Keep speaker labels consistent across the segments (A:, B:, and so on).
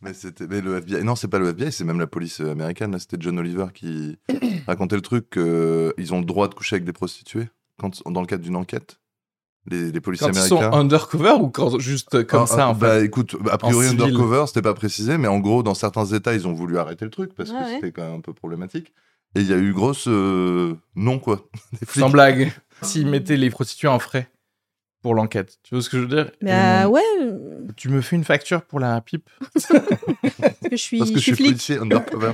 A: Mais c'était mais le FBI. Non, c'est pas le FBI, c'est même la police américaine. Là, c'était John Oliver qui racontait le truc qu'ils ont le droit de coucher avec des prostituées quand, dans le cadre d'une enquête. Les, les policiers
B: Quand ils sont
A: américains.
B: undercover ou quand juste comme
A: Ah,
B: ça
A: ah,
B: en
A: bah
B: fait
A: écoute, a priori
B: en civil.
A: undercover, c'était pas précisé, mais en gros, dans certains États, ils ont voulu arrêter le truc parce
C: Ah
A: que
C: ouais.
A: c'était quand même un peu problématique. Et il y a eu grosse euh, non quoi. Des flics.
B: Sans blague. S'ils mettaient les prostituées en frais pour l'enquête. Tu vois ce que je veux dire
C: Mais
B: Et
C: euh,
B: mon-
C: ouais, euh,
B: Tu me fais une facture pour la pipe
C: parce que je suis,
A: Parce que
C: je suis flic.
A: policier undercover.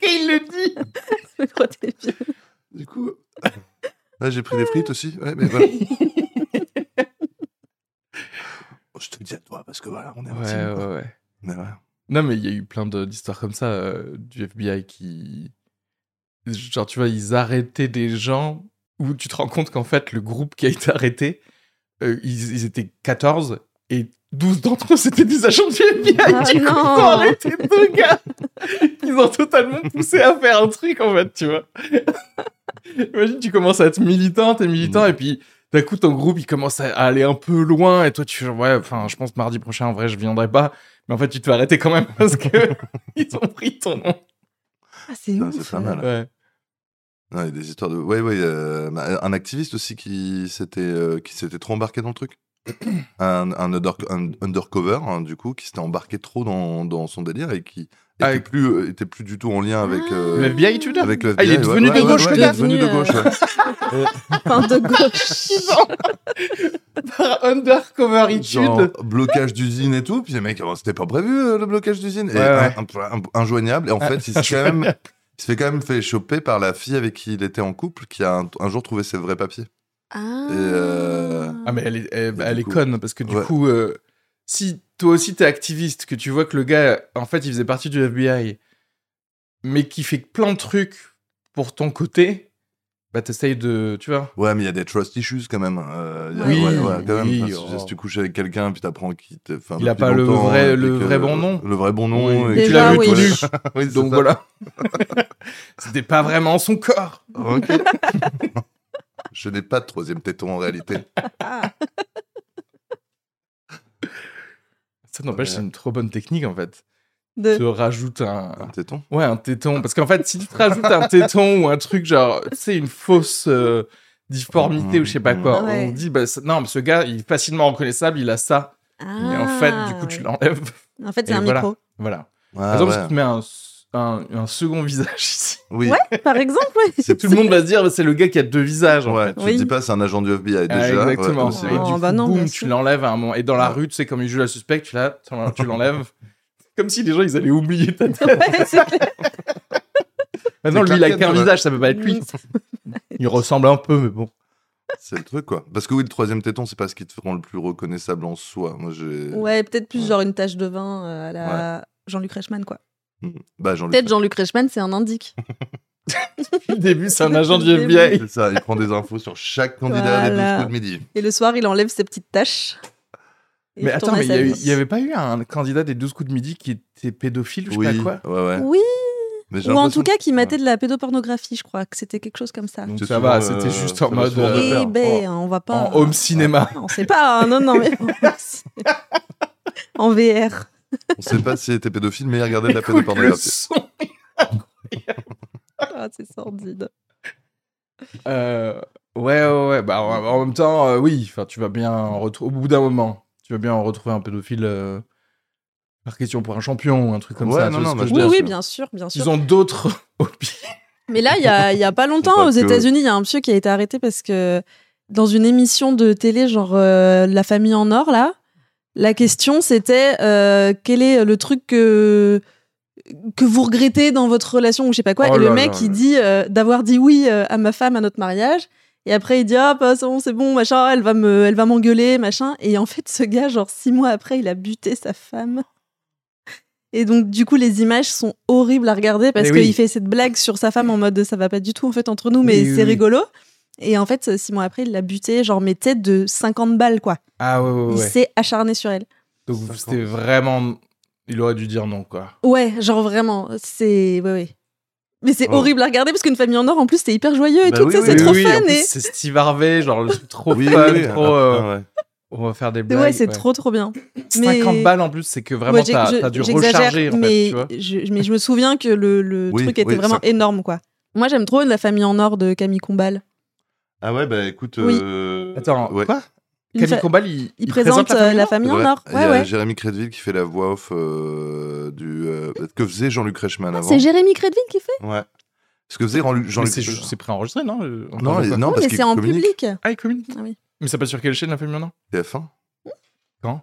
B: Il le dit
C: Je me protège bien.
A: du coup, là j'ai pris des frites aussi. Ouais, mais voilà. Oh, Je te le dis à toi parce que voilà, on est
B: Ouais,
A: intime,
B: ouais,
A: quoi.
B: ouais.
A: Mais ouais.
B: Non, mais il y a eu plein de- d'histoires comme ça euh, du FBI qui. Genre, tu vois, ils arrêtaient des gens où tu te rends compte qu'en fait, le groupe qui a été arrêté, euh, ils, ils étaient 14 et 12 d'entre eux, c'était des agents du FBI.
C: Ah
B: du coup, ils ont
C: non.
B: arrêté deux gars. Ils ont totalement poussé à faire un truc, en fait, tu vois. Imagine, tu commences à être militant, t'es militant, et puis d'un coup, ton groupe, il commence à à aller un peu loin, et toi, tu fais genre, ouais, enfin, je pense mardi prochain, en vrai, je viendrai pas. Mais en fait, tu te fais arrêter quand même parce que ils ont pris ton nom.
C: Ah, c'est
A: Putain,
C: ouf.
A: c'est pas
C: euh.
A: mal.
B: Ouais.
A: Non, il y a des histoires de. Ouais, ouais. euh, un activiste aussi qui s'était euh, qui s'était trop embarqué dans le truc. un, un, under- un undercover, hein, du coup, qui s'était embarqué trop dans, dans son délire et qui était,
B: Avec-
A: plus, euh, était plus du tout en lien avec.
C: Ah.
B: Le
A: euh,
B: FBI, tu veux dire
A: avec le
B: Ah, il est
A: FBI,
B: devenu de gauche,
A: ouais,
B: le
A: il est
B: gars.
A: devenu de gauche. ouais.
C: Enfin, de gauche.
B: Par undercoveritude.
A: Genre, blocage d'usine et tout. Puis les mecs, oh, c'était pas prévu euh, le blocage d'usine. Et
B: Ouais, ouais.
A: un- un- injoignable. Et en fait, il s'est quand même. Il s'est quand même fait choper par la fille avec qui il était en couple, qui a un, un jour trouvé ses vrais papiers.
C: Ah.
A: Et,
C: Mm.
A: euh,
B: Ah, mais elle est, elle,
A: Et
B: elle
A: du
B: est
A: coup-
B: conne, parce que du
A: Ouais.
B: coup, euh, si toi aussi t'es activiste, que tu vois que le gars, en fait, il faisait partie du FBI, mais qui fait plein de trucs pour ton côté, bah t'essayes de. Tu vois
A: Ouais, mais il y a des trust issues quand même. Euh, il y a-
B: Oui,
A: ouais, ouais, quand même.
B: oui,
A: Parce que
B: oh.
A: Si tu couches avec quelqu'un, puis t'apprends qu'il te- enfin,
B: Il a
A: depuis
B: pas le
A: longtemps,
B: vrai-
A: et puis
B: le
A: que-
B: vrai bon nom.
A: Le vrai bon nom.
B: Oui.
A: et
B: Tu
A: que-
B: l'as
C: Déjà,
B: vu tout
C: oui.
B: nu.
A: Oui, c'est
B: Donc
A: ça.
B: voilà. C'était pas vraiment son corps.
A: Ok. Je n'ai pas de troisième téton en réalité.
C: Ah,
B: Ça n'empêche,
A: Ouais.
B: c'est une trop bonne technique en fait.
C: De-
B: Tu rajoutes un,
A: Un téton
B: Ouais, un téton. Parce qu'en fait, si tu te rajoutes un téton ou un truc genre, tu sais, une fausse euh, difformité ou je sais pas quoi,
C: Ouais.
B: on dit, bah, ça- non, mais ce gars, il est facilement reconnaissable, il a ça. Mais en fait, du coup, tu
C: Ah,
B: l'enlèves.
C: ouais. En fait, c'est
B: Et
C: un
B: voilà.
C: micro.
B: Voilà.
A: Ah,
B: Par exemple,
A: ouais.
B: si tu te mets un, un- un second visage ici,
A: Oui.
C: Par exemple, ouais.
A: C'est
B: tout le monde va se dire, bah, c'est le gars qui a deux visages. en
A: Ouais,
B: fait.
A: tu
C: Oui.
A: te dis pas, c'est un agent du FBI
B: Ah,
A: déjà. ouais,
B: exactement.
A: aussi,
B: Et
A: ouais.
C: Oh,
B: du coup,
C: bah non, bien
B: boum, tu
C: sûr.
B: l'enlèves à un moment. Et dans la
A: Ouais.
B: rue, tu sais, comme il joue la suspecte, tu l'as- tu l'enlèves. comme si les gens, ils allaient oublier ta tête.
C: Ouais, c'est clair.
B: Maintenant, lui,
A: Clark
B: il a
A: Kent,
B: qu'un
A: ouais.
B: visage, ça peut pas être lui. Il ressemble un peu, mais bon.
A: C'est le truc, quoi. Parce que oui, le troisième téton, c'est pas ce qui te rend le plus reconnaissable en soi. Moi, j'ai.
C: Ouais, peut-être plus
A: Euh, Ouais.
C: genre une tache de vin euh, à la Jean-Luc Reichmann, quoi.
A: Hmm. Bah, Jean-Luc.
C: Peut-être Jean-Luc Reichmann, c'est un indique.
B: Au début, c'est un agent du
C: Depuis le début.
B: FBI.
A: C'est ça, il prend des infos sur chaque candidat des 12
C: Voilà.
A: coups de midi.
C: Et le soir, il enlève ses petites taches.
B: Mais
C: Et il
B: attends,
C: retourne à
B: mais
C: sa vie.
B: il n'y avait pas eu un candidat des 12 coups de midi qui était pédophile ou je
A: Oui,
B: sais pas quoi
A: ouais, ouais.
C: Oui,
A: Mais j'ai
C: ou en
A: l'impression
C: tout cas qui
A: ouais.
C: matait de la pédopornographie, je crois, que c'était quelque chose comme ça.
B: Donc
A: C'est
B: ça va,
A: souvent,
B: c'était
A: euh,
B: juste en
A: ça va
B: mode.
A: souvent
B: euh,
A: le
C: Eh
A: faire.
C: ben, on va pas.
B: en home cinéma.
C: On sait pas, hein, non, non, mais. en VR.
A: Oh, On sait pas si était pédophile, mais il regardait de la
B: Écoute le
A: pédopornographie.
B: son.
C: Ah, c'est sordide.
B: Euh, ouais, ouais, ouais. Bah, en en même temps, euh, oui, enfin, tu vas bien en retrouver. Au bout d'un moment, tu vas bien en retrouver un pédophile euh, par question pour un champion ou un truc comme
A: Ouais,
B: ça.
A: non,
B: tu vois
A: non,
B: ce que
A: mais
B: je
C: Oui,
B: veux
A: Bien
B: dire
C: oui,
A: sûr.
C: bien sûr, bien sûr.
B: Ils ont d'autres hobbies.
C: Mais là, il y a, il y a pas
A: Faut
C: longtemps,
A: pas
C: aux
A: que-
C: États-Unis, il y a un monsieur qui a été arrêté parce que dans une émission de télé, genre euh, La famille en or, là, la question c'était euh, quel est le truc que, que vous regrettez dans votre relation ou je sais pas quoi.
B: Oh
C: et le
B: là
C: mec,
B: là
C: il
B: là.
C: dit euh, d'avoir dit oui euh, à ma femme à notre mariage. Et après, il dit ah, bah, c'est bon, c'est bon, machin, elle va me, elle va m'engueuler, machin. Et en fait, ce gars, genre six mois après, il a buté sa femme. Et donc, du coup, les images sont horribles à regarder parce
B: Mais
C: qu'il
B: oui.
C: fait cette blague sur sa femme en mode ça va pas du tout en fait entre nous, mais
B: Oui, oui,
C: c'est
B: oui.
C: rigolo. Et en fait, six mois après, il l'a buté, genre, mais tête de 50 balles, quoi.
B: Ah, ouais, ouais,
C: Il
B: ouais.
C: s'est acharné sur elle.
B: Donc,
A: 50.
B: c'était vraiment. Il aurait dû dire non, quoi.
C: Ouais, genre vraiment, c'est. Ouais, ouais. Mais c'est
A: Oh.
C: horrible à regarder parce qu'une famille en or, en plus, c'est hyper joyeux et
A: Bah
C: tout,
A: oui,
C: tu sais,
A: oui,
C: c'est
B: Oui,
C: trop
B: oui, en
C: fun.
B: plus,
C: et-
B: C'est estivarvé, genre le truc trop
A: Oui,
B: fun,
A: oui,
B: trop.
A: ah,
B: euh,
A: ah, ouais.
B: On va faire des blagues.
C: Ouais, c'est
B: ouais.
C: trop, trop bien. Mais-
B: 50 balles en plus, c'est que vraiment,
C: Ouais, j'ai-
B: t'as
C: je-
B: t'as dû
C: j'exagère,
B: recharger, en fait,
C: mais
B: tu vois.
C: Je, mais je me souviens que le, le
A: Oui,
C: truc était
A: oui,
C: vraiment
A: ça-
C: énorme, quoi. Moi, j'aime trop La famille en or de Camille Combal.
A: Ah ouais, bah écoute.
C: Oui.
A: euh,
B: Attends,
A: ouais.
B: quoi
C: Une
B: Camille
C: fa-
B: Combal, il,
C: Il, présente, euh, la famille
A: Ouais.
C: en or.
A: Il y
C: Ouais,
A: a
C: ouais.
A: Jérémy Crédville qui fait la voix off euh, du. euh, que faisait Jean-Luc Reichmann avant.
C: Ah, C'est Jérémy Crédville qui fait
A: Ouais. Ce que faisait Jean-Luc
B: Mais
A: Jean-Luc
B: c'est ju-
A: Reichmann.
B: c'est préenregistré, non euh, on
A: Non,
B: parle de
A: il-
B: quoi
A: non,
C: Oui,
A: parce
C: mais
A: qu'il
C: c'est en
A: communique.
C: public.
B: Ah, il communique.
C: Ah oui.
B: Mais ça passe sur quelle chaîne la famille maintenant
A: TF1
B: Quand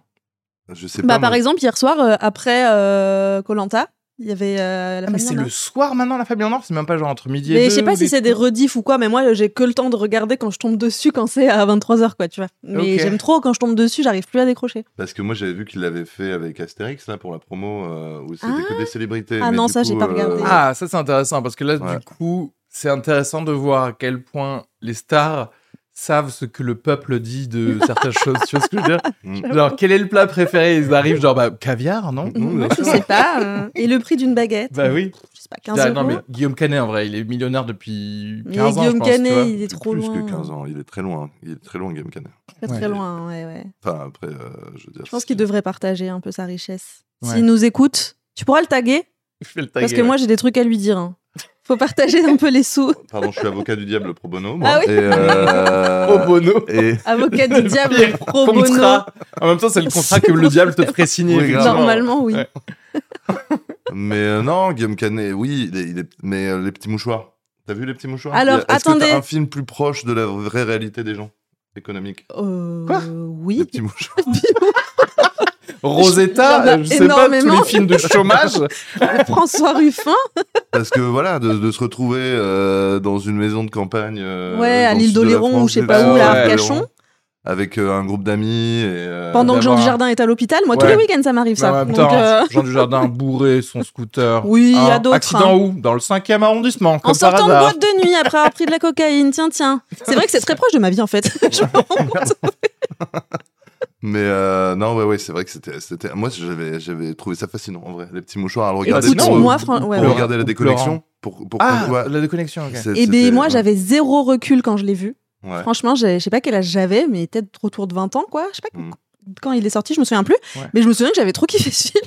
A: Je sais
C: Bah,
A: pas.
C: par
A: moi.
C: exemple, hier soir, euh, après euh, Colanta, il y avait euh, la
B: Ah, mais
C: famille
B: c'est
C: en or.
B: le soir maintenant, la famille en or C'est même pas genre entre midi et
C: Mais je
B: deux,
C: sais pas
B: ou
C: si c'est des rediffs ou quoi, mais moi j'ai que le temps de regarder quand je tombe dessus quand c'est à 23h quoi, tu vois. Mais
B: Ok.
C: j'aime trop quand je tombe dessus, j'arrive plus à décrocher.
A: Parce que moi, j'avais vu qu'il l'avait fait avec Astérix, là, pour la promo, euh, où c'était
C: Ah.
A: que des célébrités.
C: Ah
A: mais
C: non,
A: du
C: ça, j'ai
A: coup, euh,
C: pas regardé.
B: Ah, ça c'est intéressant parce que là,
A: Ouais.
B: du coup, c'est intéressant de voir à quel point les stars savent ce que le peuple dit de certaines choses. Tu vois ce que je veux dire
A: mm.
B: Genre, quel est le plat préféré Ils arrivent genre, bah, caviar, non
A: Non, mais
C: Moi, je sais pas. euh, Et le prix d'une baguette
B: Bah oui.
C: Je sais pas, 15
B: Ah,
C: euros.
B: non, mais Guillaume Canet, en vrai, il est millionnaire depuis 15
C: Mais
B: ans. je
C: Guillaume
B: pense, tu
C: Canet,
B: vois.
C: il est trop
A: plus
C: loin.
A: que 15 ans, il est très loin. Il est très loin, Game Canet.
C: Très
B: Ouais.
C: très loin, hein, ouais, ouais.
A: Enfin, après, euh, je veux dire.
C: Je pense
A: c'est-
C: qu'il devrait partager un peu sa richesse.
B: Ouais.
C: S'il nous écoute, tu pourras le taguer
B: Je fais le
C: Parce que
B: taguer,
C: moi j'ai des trucs à lui dire. hein. Faut partager un peu les sous.
A: Pardon, je suis avocat du diable pro bono. moi,
C: Ah oui.
A: et, euh,
B: ouais. Au bono.
A: et-
C: Avocat du diable
B: Pire
C: pro bono.
B: contrat. En même temps, c'est le contrat que le diable te ferait signer.
A: Oui, grave.
B: effectivement.
C: Normalement, oui.
B: Ouais.
A: Mais euh, non, Guillaume Canet, oui, il est- il est- mais euh, les petits mouchoirs. T'as vu les petits mouchoirs
C: Alors,
A: Est-ce que t'as
C: attendez.
A: un film plus proche de la vraie réalité des gens économique
C: Euh,
B: Quoi
A: Les
C: oui.
A: petits mouchoirs.
C: Il y en
B: Rosetta,
C: a
B: je sais pas, tous
C: énormément.
B: les films de chômage.
C: François Ruffin.
B: Euh,
A: Parce que voilà, de, de se retrouver euh, dans une maison de campagne. euh,
C: Ouais, à
A: dans le
C: l'île
A: sud de la
C: d'Oléron,
A: France,
C: ou je sais
A: des-
C: pas
B: où, là, à
A: ouais,
C: Arcachon.
A: d'Oléron, Avec euh, un groupe d'amis. et, euh,
C: Pendant que Jean
B: d'avoir un-
C: Dujardin est à l'hôpital, moi tous
B: Ouais.
C: les week-ends ça m'arrive
B: Mais
C: ça.
B: en même
C: Donc,
B: temps,
C: euh,
B: Jean Dujardin bourré son scooter.
C: Oui, il y a
B: Hein,
C: d'autres.
B: Accident
C: hein.
B: où Dans le 5e arrondissement,
C: En
B: comme par
C: sortant de
B: hasard.
C: boîte de nuit après avoir pris de la cocaïne, tiens, tiens. C'est vrai que c'est très proche de ma vie en fait. Je me rends compte.
A: Mais euh, non, ouais, ouais, c'est vrai que c'était. c'était- Moi, j'avais j'avais trouvé ça fascinant, en vrai. Les petits mouchoirs à le
B: Bah,
A: regarder.
C: Écoute,
B: sinon,
A: pour,
C: moi,
B: euh,
C: fran- ouais,
A: pour
C: ouais.
A: regarder la
B: Ou
A: déconnexion. Pour, pour,
B: Ah,
A: ouais,
B: la déconnexion, ok.
A: c'est- c'était-
C: Et ben moi
A: ouais,
C: j'avais zéro recul quand je l'ai vu.
A: ouais.
C: Franchement, j'ai- je sais pas quel âge j'avais, mais peut-être autour de 20 ans quoi. Je sais pas
A: Mm.
C: quand il est sorti, je me souviens plus.
B: Ouais.
C: Mais je me souviens que j'avais trop kiffé ce film.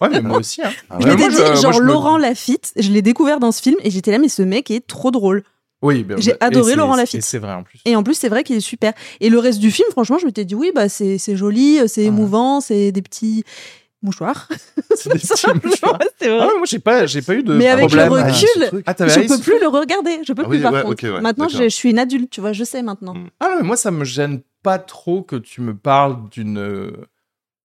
B: Ouais, mais moi aussi. Hein.
A: Ah ouais,
C: Je
B: Mais moi,
C: m'étais dit,
B: je- moi,
C: genre
B: je me-
C: Laurent Lafitte, je l'ai découvert dans ce film et j'étais là, mais ce mec est trop drôle.
B: Oui, ben,
C: J'ai
B: et
C: adoré
B: c'est-
C: Laurent
B: et
C: Lafitte.
B: C'est vrai en plus.
C: Et en plus, c'est vrai qu'il est super. Et le reste du film, franchement, je m'étais dit, oui, bah, c'est c'est joli,
B: Ah
C: c'est
B: Ouais.
C: émouvant, c'est des petits mouchoirs.
B: C'est des petits
C: Simplement,
B: mouchoirs.
C: c'est vrai.
B: Ah ouais, moi j'ai pas, j'ai pas eu de
C: Euh, Mais avec le
B: problème.
A: Ah,
C: recul,
A: ce truc.
B: Ah, t'avais
C: je
B: Alice
C: peux plus le regarder, je peux
A: Ah
C: plus
A: oui,
C: par
A: ouais,
C: contre.
A: ok, ouais,
C: maintenant, je,
A: d'accord.
C: je suis une adulte, tu vois, je sais maintenant.
A: Mm.
B: Ah, mais moi ça me gêne pas trop que tu me parles d'une euh,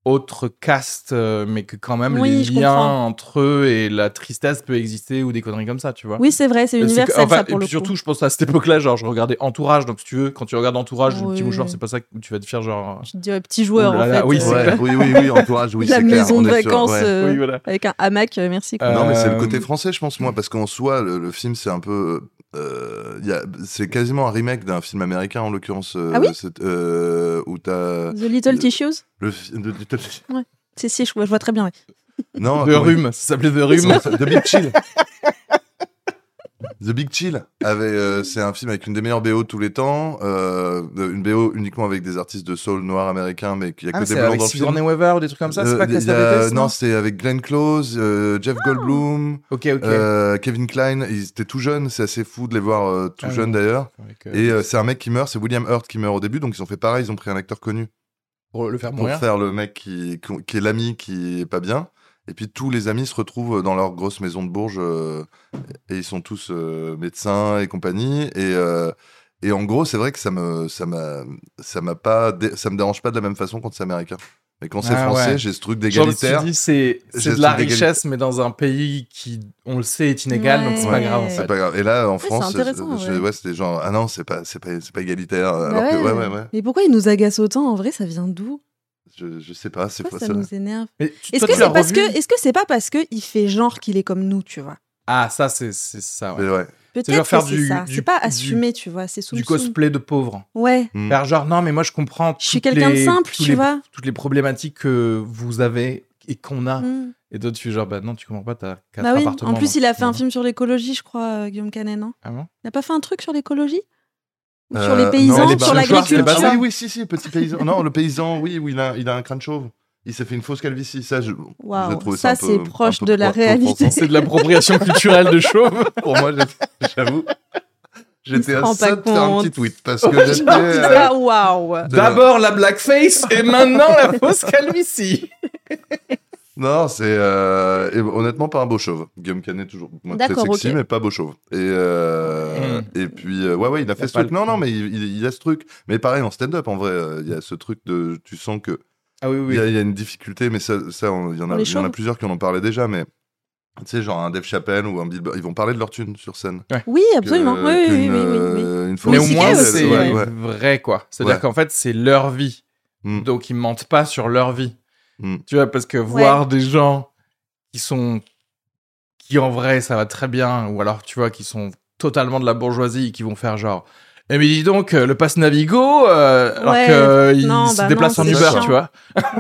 B: autre caste, euh, mais que quand même
C: Oui,
B: les
C: je
B: liens
C: comprends.
B: entre eux et la tristesse peut exister ou des conneries comme ça, tu vois.
C: Oui, c'est vrai, c'est
B: C'est que-
C: universel
B: enfin,
C: ça pour
B: et
C: le
B: puis
C: coup.
B: surtout, je pense à cette époque-là, genre je regardais Entourage, donc si tu veux, quand tu regardes Entourage, le
C: Oui.
B: petit mouchoir, c'est pas ça que tu vas te faire genre.
C: je te dirais petit joueur
B: Ouh là
C: en
B: là,
C: fait.
B: oui,
C: euh,
B: c'est
A: Ouais,
B: clair.
A: oui, oui, oui, entourage, oui,
C: la
A: c'est clair,
C: maison
A: on
C: de
A: est sur-
C: vacances
A: ouais.
C: euh,
B: Oui, voilà.
C: avec un hamac, euh, merci. quoi.
B: Euh,
A: Non, mais c'est le côté
B: Euh,
A: français, je pense, moi, parce qu'en soi, le, le film, c'est un peu. euh, il y a- c'est quasiment un remake d'un film américain, en l'occurrence. euh,
C: Ah oui
A: c'est- euh, Où t'as.
C: The Little
A: le-
C: Tissues
A: Le, fi- de- de- de-
C: Si, si, je vois, je vois très bien. ouais.
A: non,
B: The
A: comment il-
B: Rhume, ça s'appelait The Rhume.
A: Non, c'est- The Big Chill. The Big Chill, avait, euh, c'est un film avec une des meilleures BO de tous les temps, euh, une BO uniquement avec des artistes de soul noirs américains, mais qu'il n'y a que
B: Ah,
A: des
B: c'est
A: blancs
B: avec
A: dans le film.
B: Sigourney Weaver ou des trucs comme ça, c'est
A: Euh,
B: pas
A: il y a-
B: Castavetes
A: Non, c'est avec Glenn Close, euh, Jeff
C: Ah,
A: Goldblum,
B: Ok, ok.
A: euh, Kevin Klein. Ils étaient tout jeunes, c'est assez fou de les voir euh, tout
B: Ah oui.
A: jeunes d'ailleurs.
B: Avec, euh,
A: Et euh, c'est un mec qui meurt, c'est William Hurt qui meurt au début, donc ils ont fait pareil, ils ont pris un acteur connu
B: pour le faire
A: pour
B: mourir.
A: faire le mec qui, qui- qui est l'ami qui est pas bien. Et puis tous les amis se retrouvent dans leur grosse maison de Bourges euh, et ils sont tous euh, médecins et compagnie. Et, euh, et en gros, c'est vrai que ça me ça m'a ça m'a pas dé- ça me dérange pas de la même façon quand c'est américain. Mais quand c'est
B: Ah
A: français,
B: ouais.
A: j'ai ce truc
B: Genre, tu
A: d'égalitaire.
B: dis, c'est
A: J'ai
B: c'est de la
A: ce truc d'égalité.
B: richesse, mais dans un pays qui, on le sait, est inégal, donc c'est
C: Ouais.
B: pas grave. En
C: C'est
B: fait.
A: C'est pas grave. Et là, en France, je-
C: intéressant,
A: je-
C: ouais.
A: ouais, c'était genre ah non, c'est pas c'est pas c'est pas égalitaire. alors
C: Bah
A: que ouais
C: ouais.
A: ouais ouais,
C: Mais pourquoi il nous agace autant En vrai, ça vient d'où
A: je, je sais pas, c'est
C: Pourquoi
A: pas
C: ça
A: ça.
C: nous énerve
B: Mais tu-
C: Est-ce
B: toi,
C: que
B: tu l'as
C: c'est parce
B: revu
C: que est-ce que c'est pas parce que il fait genre qu'il est comme nous, tu vois
B: Ah, ça, c'est c'est ça, ouais.
A: Mais ouais.
B: genre
C: Peut-être que
B: faire
C: c'est
B: du-
C: ça.
B: du-
C: C'est pas
B: du-
C: assumé, tu vois. C'est sous
B: Du cosplay de pauvre.
C: Ouais.
A: Mm.
B: Faire genre, non, mais moi, je comprends.
C: Je suis
B: toutes
C: quelqu'un de
B: les-
C: simple,
B: tous
C: tu
B: les-
C: vois.
B: Toutes les problématiques que vous avez et qu'on a.
C: Mm.
B: Et toi, tu suis genre, bah non, tu comprends pas, t'as quatre
C: Bah oui.
B: appartements.
C: En plus,
B: donc,
C: il a fait un
B: tu-
C: film sur l'écologie, je crois, euh, Guillaume Canet, non
B: Ah bon
C: Il a pas fait un truc sur l'écologie Ou
A: Euh,
C: sur les
A: non,
C: paysans,
B: les
C: sur
B: barbecues,
C: l'agriculture
B: c'est pas ça
A: Ah Oui, oui, si, si, petit paysan. non, le paysan, oui, oui, il a, il a un crâne chauve. Il s'est fait une fausse calvitie. Ça, je,
C: Waouh,
A: je trouvais
C: ça,
A: un peu-
C: c'est proche
A: un peu
C: de la
A: pro- trop
C: réalité.
A: français.
B: C'est de l'appropriation culturelle de chauve.
A: Pour moi, j'ai- j'avoue, j'étais
C: se
A: à
C: rend
A: ça
C: pas
A: de faire un
C: compte. Oh,
A: petit tweet parce que j'étais. euh,
C: Ah, Waouh
A: de-
B: D'abord la blackface et maintenant la fausse calvitie.
A: Non, c'est euh, et honnêtement pas un beau chauve. Guillaume Canet toujours moi, très
C: D'accord,
A: sexy,
C: ok.
A: mais pas beau chauve. Et euh, et puis euh, ouais ouais, il a fait
B: Mm.
A: ce
B: pas
A: truc.
B: le-
A: Non non, mais il, il- il a ce truc. Mais pareil en stand-up en vrai, euh, il y a ce truc de tu sens que
B: Ah oui,
A: Il
B: oui.
A: y, a- il y a une difficulté, mais ça, ça, on- il y, en a-
C: les
A: il y en a
C: chauves
A: plusieurs qui en ont parlé déjà, mais tu sais, genre un Dave Chappelle ou un Bill, Burr, ils vont parler de leur thune sur scène.
C: Oui, absolument. Oui,
A: Que-
C: oui, oui,
A: qu'une,
C: oui, oui, oui.
A: euh, une
B: Mais
A: fois-
B: au
C: Louis
B: moins,
C: CK aussi,
B: c'est
A: ouais,
C: ouais.
A: ouais.
B: vrai, quoi. C'est-à-dire
A: Ouais.
B: qu'en fait, c'est leur vie.
A: Mm.
B: Donc, ils mentent pas sur leur vie.
A: Mm.
B: Tu vois, parce que voir des gens qui sont. qui en vrai, ça va très bien, ou alors, tu vois, qui sont totalement de la bourgeoisie, et qui vont faire genre. Eh mais dis donc, euh, le passe Navigo, euh,
C: Ouais.
B: alors qu'ils
C: Non,
B: se
C: bah non,
B: déplacent en
A: c'est
B: Uber,
A: chiant.
B: tu vois.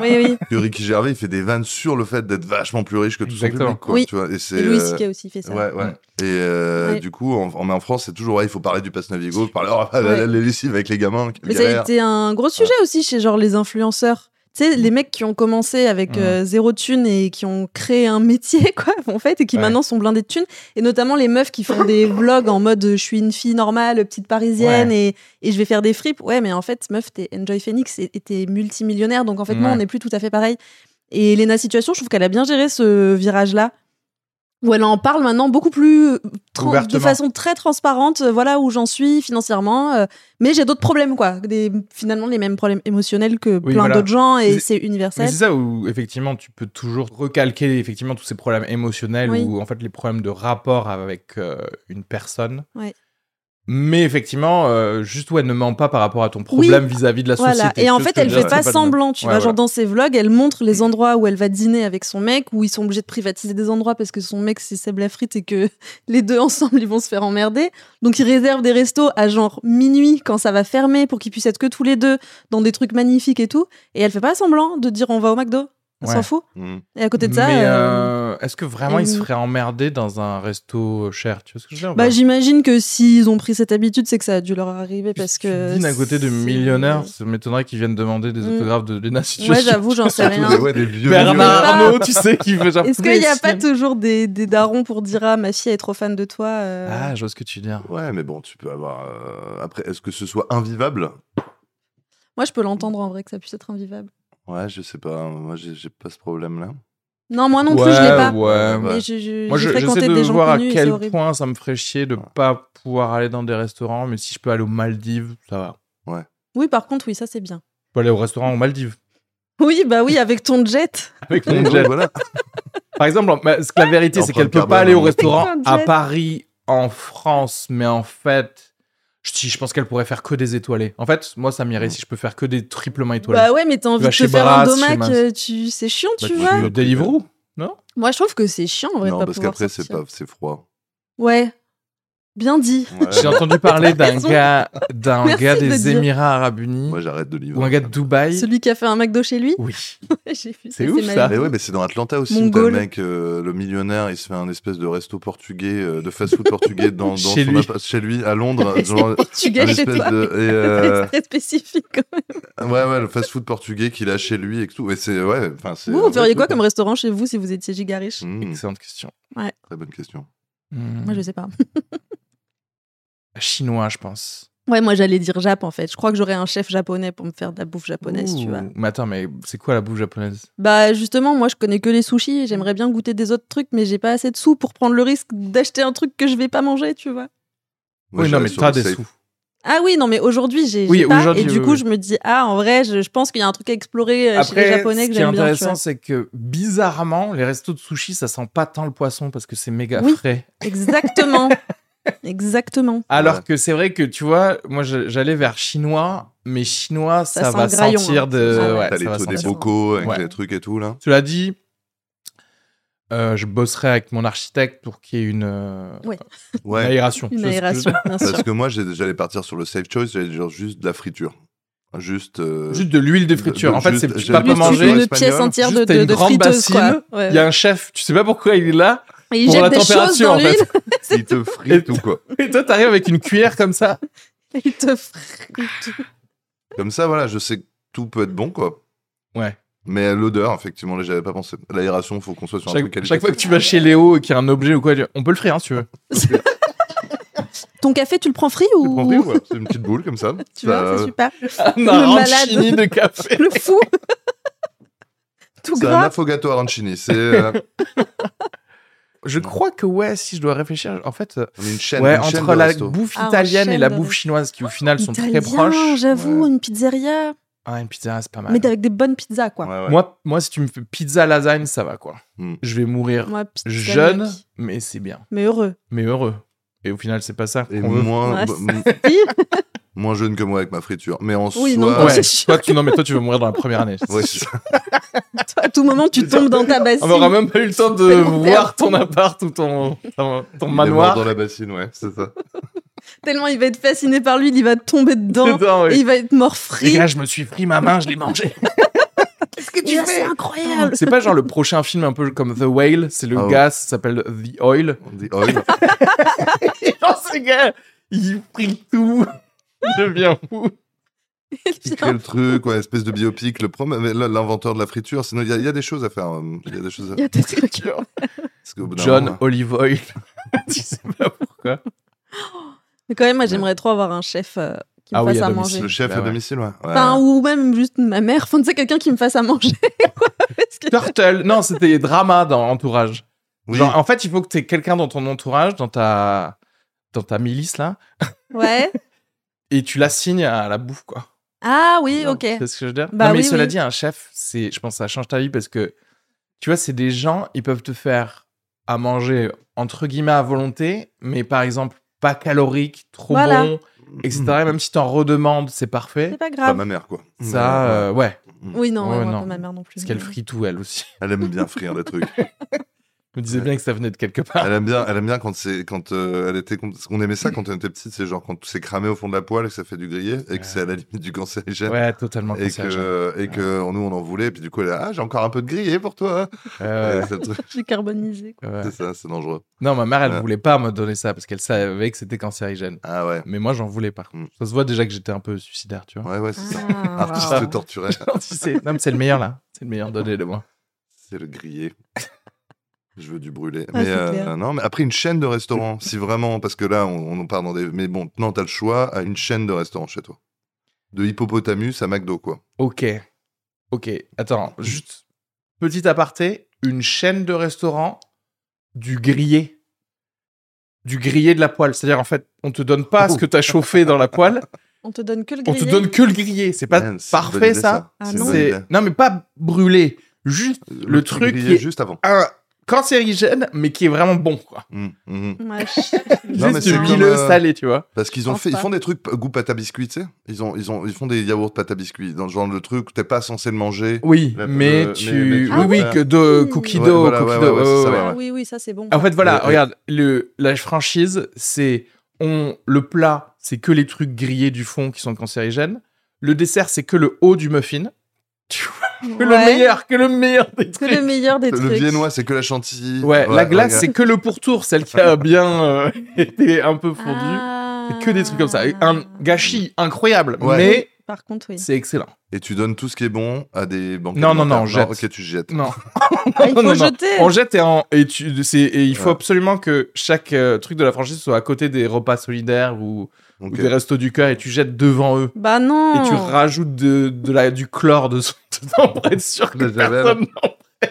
C: Oui, oui.
A: Que Ricky Gervais, il fait des vannes sur le fait d'être vachement plus riche que tout son
B: Exactement.
A: public, quoi,
C: Oui.
A: tu vois. Et c'est.
C: Et Louis
A: euh,
C: C.K. a aussi fait ça.
A: Ouais, ouais.
B: Mm.
A: Et euh,
C: Ouais.
A: du coup, en, en, mais en France, c'est toujours, ouais, il faut parler du passe Navigo, parler oh, la-
C: Ouais.
A: la- les lessives avec les gamins. quelle
C: Mais ça a
A: galère.
C: été un gros sujet aussi chez genre les influenceurs. Tu sais,
B: Mm.
C: les mecs qui ont commencé avec
B: Ouais.
C: euh, zéro thune et qui ont créé un métier, quoi, en fait, et qui
B: Ouais.
C: maintenant sont blindés de thunes. Et notamment les meufs qui font des vlogs en mode euh, je suis une fille normale, petite parisienne et, et je vais faire des fripes. Ouais, mais en fait, meuf, t'es Enjoy Phoenix et et t'es multimillionnaire. Donc en fait, non,
B: Ouais.
C: on n'est plus tout à fait pareil. Et Elena Situation, je trouve qu'elle a bien géré ce virage-là. Où elle en parle maintenant beaucoup plus euh, tran- de
B: Ouvertement.
C: façon très transparente. euh, Voilà où j'en suis financièrement. euh, mais j'ai d'autres problèmes, quoi. Des, finalement, les mêmes problèmes émotionnels que plein
B: voilà.
C: d'autres gens,
B: Mais-
C: et c'est
B: Mais
C: universel.
B: c'est ça où effectivement tu peux toujours recalquer effectivement tous ces problèmes émotionnels
C: Oui.
B: ou en fait les problèmes de rapport avec euh, une personne.
C: Ouais.
B: Mais effectivement, euh, juste ouais, ne ment pas par rapport à ton problème vis-à-vis de la
C: Voilà.
B: société.
C: Et en
B: Tu vois ce
C: fait,
B: que je
C: elle
B: veux
C: fait
B: dire
C: pas
B: C'est le
C: semblant, tu
B: Ouais,
C: vois. Genre,
B: voilà.
C: dans ses vlogs, elle montre les endroits où elle va dîner avec son mec, où ils sont obligés de privatiser des endroits parce que son mec, c'est Seb Lafrite et que les deux ensemble, ils vont se faire emmerder. Donc, ils réservent des restos à genre minuit quand ça va fermer pour qu'ils puissent être que tous les deux dans des trucs magnifiques et tout. Et elle fait pas semblant de dire on va au McDo. On
B: Ouais.
C: s'en fout.
A: Mm.
C: Et à côté de ça.
B: Mais
C: euh,
B: euh, est-ce que vraiment il se
C: elle-
B: ferait emmerder dans un resto cher Tu vois ce que je veux dire ou
C: Bah,
B: pas
C: j'imagine que s'ils ont pris cette habitude, c'est que ça a dû leur arriver
B: Si
C: parce
B: tu
C: que.
B: dînes à côté de
C: c'est-
B: millionnaires, ça m'étonnerait qu'ils viennent demander des
C: Mm.
B: autographes de Lena
C: Ouais,
B: Situation.
C: j'avoue, j'en sais
B: Ah,
A: Surtout des-
C: rien.
A: ouais, des vieux.
B: Bernard
C: Je sais pas.
B: Arnault, tu sais, qui veut genre.
C: Est-ce
B: tous les
C: qu'il n'y a pas
B: signes.
C: toujours des, des darons pour dire Ah, ma fille est trop fan de toi euh,
B: Ah, je vois ce que tu veux dire.
A: Ouais, mais bon, tu peux avoir. euh, Après, est-ce que ce soit invivable
C: Moi, je peux l'entendre en vrai que ça puisse être invivable.
A: Ouais, je sais pas. Moi, j'ai j'ai pas ce problème-là.
C: Non, moi non plus, je l'ai
B: Ouais,
C: pas.
B: ouais,
C: Mais
A: ouais.
C: je, je,
B: Moi,
C: j'ai
B: je-
C: fréquenté
B: j'essaie de
C: des gens
B: voir à
C: connus et c'est
B: quel
C: horrible.
B: point ça me ferait chier de pas pouvoir aller dans des restaurants, mais si je peux aller aux Maldives, ça va.
C: Oui, par contre, oui, ça c'est bien.
B: Je peux aller au restaurant aux Maldives.
C: Oui, bah oui, avec ton jet.
B: Avec mon
A: Donc,
B: jet.
A: voilà.
B: Par exemple, en- bah, ce que la vérité, c'est
A: Empreinte
B: qu'elle peut
A: carbone,
B: pas aller au
A: hein.
B: restaurant
C: Empreinte
B: à
C: Ah jet.
B: Paris, en France, mais en fait, je- si, je pense qu'elle pourrait faire que des étoilés. En fait, moi, ça m'irait si je peux faire que des triplement étoilés.
C: Bah ouais, mais t'as envie
B: vas
C: de
B: chez
C: te faire
B: Brass, chez
C: un domac,
B: Mince.
C: euh, tu... c'est chiant,
A: Bah,
C: tu
A: tu-
C: vois.
B: Euh, Deliveroo
C: Moi, je trouve que c'est chiant, en vrai. de
A: non,
C: pas
A: parce
C: pouvoir
A: qu'après, c'est
C: sortir.
A: pas, c'est froid.
C: Ouais, bien dit.
B: J'ai entendu parler d'un gars, d'un
C: Merci
B: gars
C: de le
B: des
C: dire.
B: Émirats Arabes Unis
A: Moi, j'arrête de livrer.
B: ou un gars de Dubaï.
C: Celui qui a fait un McDo chez lui,
B: Oui.
C: j'ai vu.
B: C'est ouf,
C: ma
B: ça.
C: vie.
A: Mais ouais, mais c'est dans Atlanta aussi où t'as le
C: Mongol.
A: mec, euh, le millionnaire, il se fait un espèce de resto portugais, euh, de fast-food portugais dans, dans
B: Chez
A: son
B: lui.
A: appart- chez lui, à Londres. genre,
B: bah,
C: Portugais
A: un
C: chez
A: espèce
C: toi.
A: de- et, euh,
C: C'est très spécifique. quand même.
A: ouais, ouais, le fast-food portugais qu'il a chez lui et tout. Et c'est, ouais, enfin, c'est.
C: Vous,
A: un
C: vous
A: vrai
C: feriez quoi
A: truc,
C: comme restaurant chez vous si vous étiez giga riche
A: hein. Mmh,
B: Excellente question.
A: Très bonne question.
B: Hmm.
C: Moi, je sais pas.
B: Chinois, je pense.
C: Ouais, moi, j'allais dire Jap, en fait. Je crois que j'aurais un chef japonais pour me faire de la bouffe japonaise, tu vois.
B: Ouh. Mais attends, mais c'est quoi la bouffe japonaise
C: Bah, justement, moi, je connais que les sushis. J'aimerais bien goûter des autres trucs, mais j'ai pas assez de sous pour prendre le risque d'acheter un truc que je vais pas manger, tu vois.
B: Oui,
A: Moi,
B: non,
A: j'irais
B: mais
A: sur
B: t'as
A: le
B: des
A: safe.
B: sous.
C: Ah oui, non, mais aujourd'hui, j'ai
B: Oui,
C: j'ai pas.
B: aujourd'hui,
C: Et du
B: oui,
C: coup,
B: oui.
C: je me dis, ah, en vrai, je, je pense qu'il y a un truc à explorer euh, chez les
B: Après,
C: Japonais
B: ce
C: que
B: qui est
C: j'aime bien. tu
B: intéressant,
C: vois.
B: c'est que bizarrement, les restos de sushi, ça sent pas tant le poisson parce que c'est méga
C: Oui.
B: frais.
C: Exactement. Exactement.
B: Alors
A: Ouais.
B: que c'est vrai que tu vois, moi je- j'allais vers chinois, mais chinois, ça,
C: sent
B: va
C: le graillon,
B: sentir
C: hein.
B: de.
C: Ah ouais.
B: ouais, ça
A: T'as les
B: va
A: taux des
B: sentir.
C: beaux-
A: bocaux avec
B: Ouais.
A: les trucs et tout, là.
B: Cela dit, euh, je bosserai avec mon architecte pour qu'il y ait une, euh,
C: Oui.
B: une
A: Ouais.
B: aération.
C: Une
B: C'est ce que je-
C: aération, bien sûr.
A: Parce que moi, j'ai- j'allais partir sur le safe choice, j'allais dire juste de la friture. Juste. euh,
B: Juste de l'huile de
A: de-
B: friture.
A: de-
B: en fait,
A: juste-
B: c'est tu
A: j'ai
B: peux pas
A: juste
C: Juste
B: manger.
A: en
C: une
A: espagnol,
C: pièce entière de,
B: juste
C: de,
B: une
C: de
B: grande
C: friteuse, quoi.
B: bassine.
C: Ouais,
B: Il y a un chef, tu sais pas pourquoi il est là,
C: Et il
B: pour la
C: jette des choses
B: température
C: dans
B: en
C: l'huile.
B: fait.
A: Il te frite ou quoi.
B: Et toi t'arrives avec une cuillère comme ça.
C: Il te frite.
A: Comme ça, voilà, je sais que tout peut être bon, quoi.
B: Ouais.
A: Mais l'odeur, effectivement, là, j'avais pas pensé. L'aération, faut qu'on soit sur un truc
B: Chaque,
A: qualitatif.
B: chaque fois que tu vas chez Léo et qu'il y a un objet ou quoi, tu- on peut le frire hein, si tu veux.
C: Ton café, tu le prends frit
A: Tu
C: ou
A: prends frit, ouais. C'est une petite boule comme ça.
C: Tu vois,
A: Ça-
C: c'est
B: Euh,
C: super.
B: Un arancini de café.
C: Le fou. Tout
A: C'est un
C: gras.
A: affogato arancini. C'est euh,
B: Je crois que ouais, si je dois réfléchir, en fait, euh,
A: une chaîne,
B: ouais,
A: une chaîne
B: entre
A: de
B: la
A: resto.
B: bouffe
C: Ah, en
B: italienne et
C: chaîne
B: la
C: de
B: bouffe
C: resto.
B: chinoise, qui au final sont très
C: Italien,
B: proches.
C: j'avoue,
A: Ouais.
C: une pizzeria.
B: Ah, une pizzeria, c'est pas mal.
C: Mais avec des bonnes pizzas, quoi.
A: Ouais, ouais.
B: Moi, moi, si tu me fais pizza lasagne, ça va quoi.
A: Hmm.
B: Je vais mourir
C: Moi, pizza,
B: jeune,
C: mec.
B: mais c'est bien,
C: Mais heureux.
B: mais heureux. Et au final, c'est pas ça
A: Et
B: qu'on veut.
A: moins,
C: Ouais,
A: bah, m-
C: Si,
A: moins jeune que moi avec ma friture. Mais en
C: Oui, non,
A: soi.
C: non,
B: Ouais,
C: c'est sûr.
B: toi, tu, non, mais toi, tu veux mourir dans la première année.
A: Ouais, c'est ça.
C: toi, à tout moment, tu tombes dans ta bassine.
B: On aura même pas eu le temps de
C: C'est long
B: voir ton appart ou ton, ton, ton
A: Il est mort
B: manoir.
A: dans la bassine, ouais, c'est ça.
C: Tellement il va être fasciné par lui, il va tomber dedans.
B: Dedans, oui.
C: Et il va être mort
B: Les
C: frit.
B: gars, je me suis pris ma main, je l'ai mangé.
C: Qu'est-ce que tu fais C'est incroyable.
B: C'est pas genre le prochain film un peu comme The Whale, c'est le
A: Ah ouais.
B: gars, ça s'appelle The Oil.
A: On dit, oh, oui.
B: Et genre, ce gars, il prie tout. Il devient fou.
A: il crée le truc, ouais, espèce de biopic, le prom- mais là, l'inventeur de la friture. Sinon, il y, a- il y a des choses à faire. hein. Il y a des choses à
C: Il y a des trucs.
A: Parce qu'au bout d'un
B: John
A: moment,
B: Olive Oil. tu sais pas pourquoi.
C: Mais quand même, moi, j'aimerais trop avoir un chef euh, qui me
B: Ah oui,
C: fasse
B: à
C: à
B: domicile.
C: manger.
A: le chef
B: Bah
A: à
B: ouais.
A: domicile, ouais. Ouais.
C: Enfin, ou même juste ma mère. Enfin, tu sais, quelqu'un qui me fasse à manger. quoi, parce que-
B: Turtle. Non, c'était drama dans Entourage.
A: Oui.
B: Genre, en fait, il faut que t'aies quelqu'un dans ton entourage, dans ta, dans ta milice là,
C: Ouais.
B: et tu l'assignes à la bouffe quoi.
C: Ah oui,
B: Non,
C: ok.
B: Tu sais ce que je veux dire
C: Bah
B: Non, mais
C: oui,
B: cela
C: oui.
B: dit, un chef, c'est, je pense que ça change ta vie parce que, tu vois, c'est des gens, ils peuvent te faire à manger, entre guillemets, à volonté, mais par exemple, pas calorique, trop
C: Voilà.
B: bon, etc. Et Même si t'en redemandes, c'est parfait.
C: C'est pas
A: Pas
C: grave.
A: ma mère, quoi.
B: Ça, euh, ouais,
C: Oui, non,
B: Ouais,
C: ouais, moi,
B: non.
C: pas ma mère non plus.
B: parce qu'elle frit tout, elle aussi.
A: Elle aime bien frire des trucs.
B: Je me disais
A: Ouais.
B: bien que ça venait de quelque part.
A: Elle aime bien, elle aime bien quand c'est, quand euh, elle était, parce qu'on aimait ça quand on était petite, c'est genre quand tout s'est cramé au fond de la poêle et que ça fait du grillé et
B: Ouais.
A: que c'est à la limite du cancérigène.
B: Ouais, totalement
A: Et que,
B: cancérigène.
A: et que nous on en voulait, et puis du coup, elle a, ah, j'ai encore un peu de grillé pour toi.
B: Euh,
A: Et c'est le truc,
C: J'ai carbonisé. quoi.
B: ouais.
A: c'est ça, c'est dangereux.
B: Non, ma mère, elle
A: Ouais.
B: voulait pas me donner ça parce qu'elle savait que c'était cancérigène.
A: Ah ouais.
B: Mais moi, j'en voulais par contre.
A: Mm.
B: Ça se voit déjà que j'étais un peu suicidaire, tu vois.
A: Ouais, ouais, c'est ça.
C: Ah,
A: Artiste
C: waouh.
A: torturé,
B: Tu sais, non, mais c'est le meilleur là. C'est le meilleur, donnez-le moi.
A: c'est le grillé. Je veux du brûlé.
C: Ah,
A: mais
C: c'est
A: euh,
C: clair.
A: non, mais après une chaîne de restaurants, si vraiment, parce que là, on, on part dans des. Mais bon, non, t'as le choix à une chaîne de restaurants chez toi. De Hippopotamus à McDo, quoi.
B: Ok. Ok. Attends, juste petit aparté, une chaîne de restaurants du grillé. Du grillé de la poêle. C'est-à-dire, en fait, on te donne pas ce que t'as chauffé dans la poêle,
C: On te donne que le
B: On te
C: grillé.
B: donne que le grillé. C'est pas
A: Man, Eh, c'est une bonne
B: Bah, parfait,
A: idée,
B: ça.
C: Ah,
A: C'est une
C: non.
A: bonne
B: C'est-
A: idée.
B: Non, mais pas brûlé. Juste le
A: petit
B: truc
A: grillé
B: qui est-
A: juste avant.
B: un cancérigène, mais qui est vraiment bon, quoi.
A: Mm, mm, mm.
C: Ouais, je-
A: Non, mais
B: Juste
A: c'est comme,
B: huileux,
A: euh,
B: salé, tu vois.
A: Parce qu'ils ont
C: pense
A: fait, ils
C: pas.
A: font des trucs p- goût pâte à biscuit, tu sais. Ils ont, ils ont, ils font des yaourts pâte à biscuit, dans le genre de truc où t'es pas censé le manger.
B: Oui,
A: La-
B: mais
A: le- mais- mais
B: tu...
A: tu
B: Oui,
A: vois,
B: oui,
A: ouais.
B: que de
C: Mmh.
B: cookie
A: Ouais,
B: dough,
A: voilà,
B: cookie
A: ouais,
B: dough,
A: ouais, c'est ça,
B: ouais,
A: ouais,
B: ouais.
C: Ah oui, oui, ça c'est bon.
B: En fait, voilà,
A: Ouais, ouais.
B: regarde, le, la franchise, c'est... On, le plat, c'est que les trucs grillés du fond qui sont cancérigènes. Le dessert, c'est que le haut du muffin. Tu vois, que le
C: Ouais,
B: meilleur, que le meilleur des
C: Que
B: trucs.
C: le meilleur des trucs.
A: Le viennois, c'est que la chantilly.
B: Ouais, la glace,
A: regarde.
B: c'est que le pourtour, celle qui a bien euh, été un peu fondue.
C: Ah.
B: C'est que des trucs comme ça. Et Un gâchis incroyable,
A: Ouais.
B: mais
C: Par contre, oui.
B: c'est excellent.
A: Et tu donnes tout ce qui est bon à des banques.
B: Non, non, non, jette.
A: Ok, tu jettes.
B: Non.
C: Ah, il
B: Non,
C: faut
B: non, non.
C: jeter.
B: On jette et, en- et tu- c'est- et il faut
A: Ouais.
B: absolument que chaque euh, truc de la franchise soit à côté des repas solidaires ou, ou
A: Ok.
B: des restos du cœur et tu jettes devant eux.
C: Bah non.
B: Et tu rajoutes de, de la, du chlore de son dedans pour être sûr que
A: De Javel.
B: personne n'en-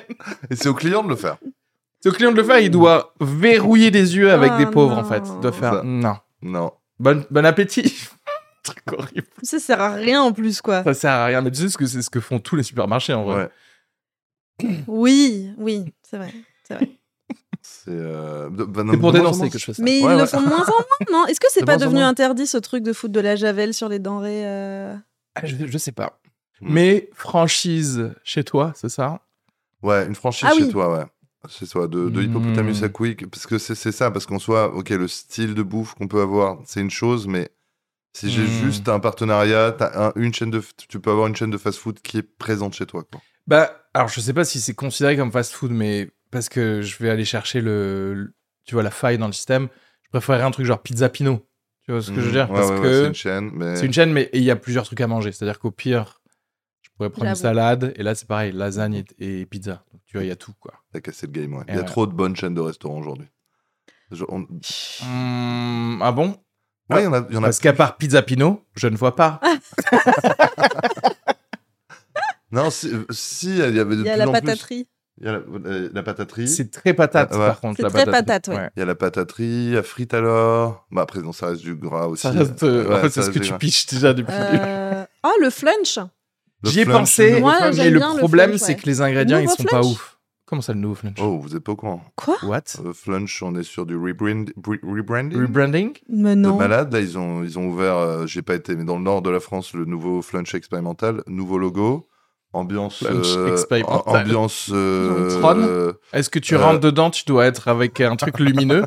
A: Et c'est au client de le faire.
B: Ce client de le faire, il doit verrouiller des yeux avec
C: Ah,
B: des pauvres, en
C: non.
B: fait. Il doit faire...
A: Ça.
B: Non.
A: Non.
B: Bon, bon appétit. Truc horrible.
C: Ça sert à rien en plus, quoi.
B: Ça sert à rien. Mais tu sais ce que c'est ce que font tous les supermarchés, en vrai.
A: Ouais.
C: Oui, oui, c'est vrai.
A: C'est euh, de- bah, non,
B: C'est pour
A: de moins en
B: dénoncer
A: moins,
B: que je fais ça.
C: Mais
A: Ouais,
C: ils le
A: ouais.
C: font de moins en moins, non Est-ce que c'est
A: De
C: pas
A: moins en
C: devenu
A: moins.
C: interdit ce truc de foutre de la javel sur les denrées euh,
B: Ah, je, je sais pas.
A: Hmm.
B: Mais franchise chez toi, c'est ça
A: Ouais, une franchise
C: Ah
A: chez
C: oui.
A: toi, ouais. Chez toi, de, de
B: Mm.
A: Hippopotamus à Quick. Parce que c'est c'est ça, parce qu'en soit, ok, le style de bouffe qu'on peut avoir, c'est une chose, mais si j'ai
B: Mm.
A: juste un partenariat, t'as un- une chaîne de, f- tu peux avoir une chaîne de fast-food qui est présente chez toi. Quoi.
B: Bah, alors je sais pas si c'est considéré comme fast food, mais parce que je vais aller chercher le, le- tu vois, la faille dans le système, je préférerais un truc genre pizza pino. Tu vois ce que je veux
A: Mm.
B: dire
A: Ouais,
B: Parce
A: ouais, ouais,
B: que
A: c'est une chaîne, mais
B: c'est une chaîne, mais et il y a plusieurs trucs à manger. C'est-à-dire qu'au pire, je pourrais prendre une
C: J'avoue.
B: salade, et là c'est pareil, lasagne et, et pizza. Donc, tu vois, il y a tout, quoi.
A: t'as cassé le game. ouais.
B: Et
A: Il y a
B: ouais.
A: trop de bonnes chaînes de restaurants aujourd'hui. Je- on- Ouais,
B: Hum, ah bon
A: il Hmm, y en a. il y en a-
B: Parce qu'à part pizza pino, je ne vois pas.
C: Ah.
A: Non, si, si, il y avait de
C: Il y a
A: plus
C: la
A: en plus.
C: pataterie.
A: Il y a la, euh, la pataterie.
B: C'est très patate,
A: Ah, ouais.
B: par contre.
C: C'est
B: la
C: très patate, ouais.
A: Il y a la pataterie, la frite alors. Bah après, non, ça reste du gras aussi.
B: Ça reste, euh,
A: Ouais,
B: en fait,
A: ça
B: c'est ce
A: reste
B: que
A: du
B: tu
A: gras.
B: piches déjà depuis le début.
C: Euh, Ah, le flunch
A: Le
B: J'y ai
A: flunch, le
B: pensé,
A: nouveau
C: Moi,
A: flunch.
B: mais
C: j'aime
B: le
C: bien le
B: problème,
C: flunch,
B: c'est
C: ouais.
B: que les ingrédients, ils
C: Nouveau
B: sont pas
C: flunch
B: ouf. Comment ça, le nouveau flunch
A: Oh, vous êtes pas au courant.
B: What
A: Euh, Flunch, on est sur du rebrand- bre- rebranding.
B: Rebranding
C: Mais
A: de
C: non.
A: malade, là ils ont, ils ont ouvert, euh, j'ai pas été, mais dans le nord de la France, le nouveau Flunch expérimental, nouveau logo, ambiance,
B: Flunch
A: euh,
B: expérimental.
A: a- ambiance, euh,
B: Ils ont le trône.
A: euh,
B: Est-ce que tu
A: Euh.
B: rentres dedans, tu dois être avec un truc lumineux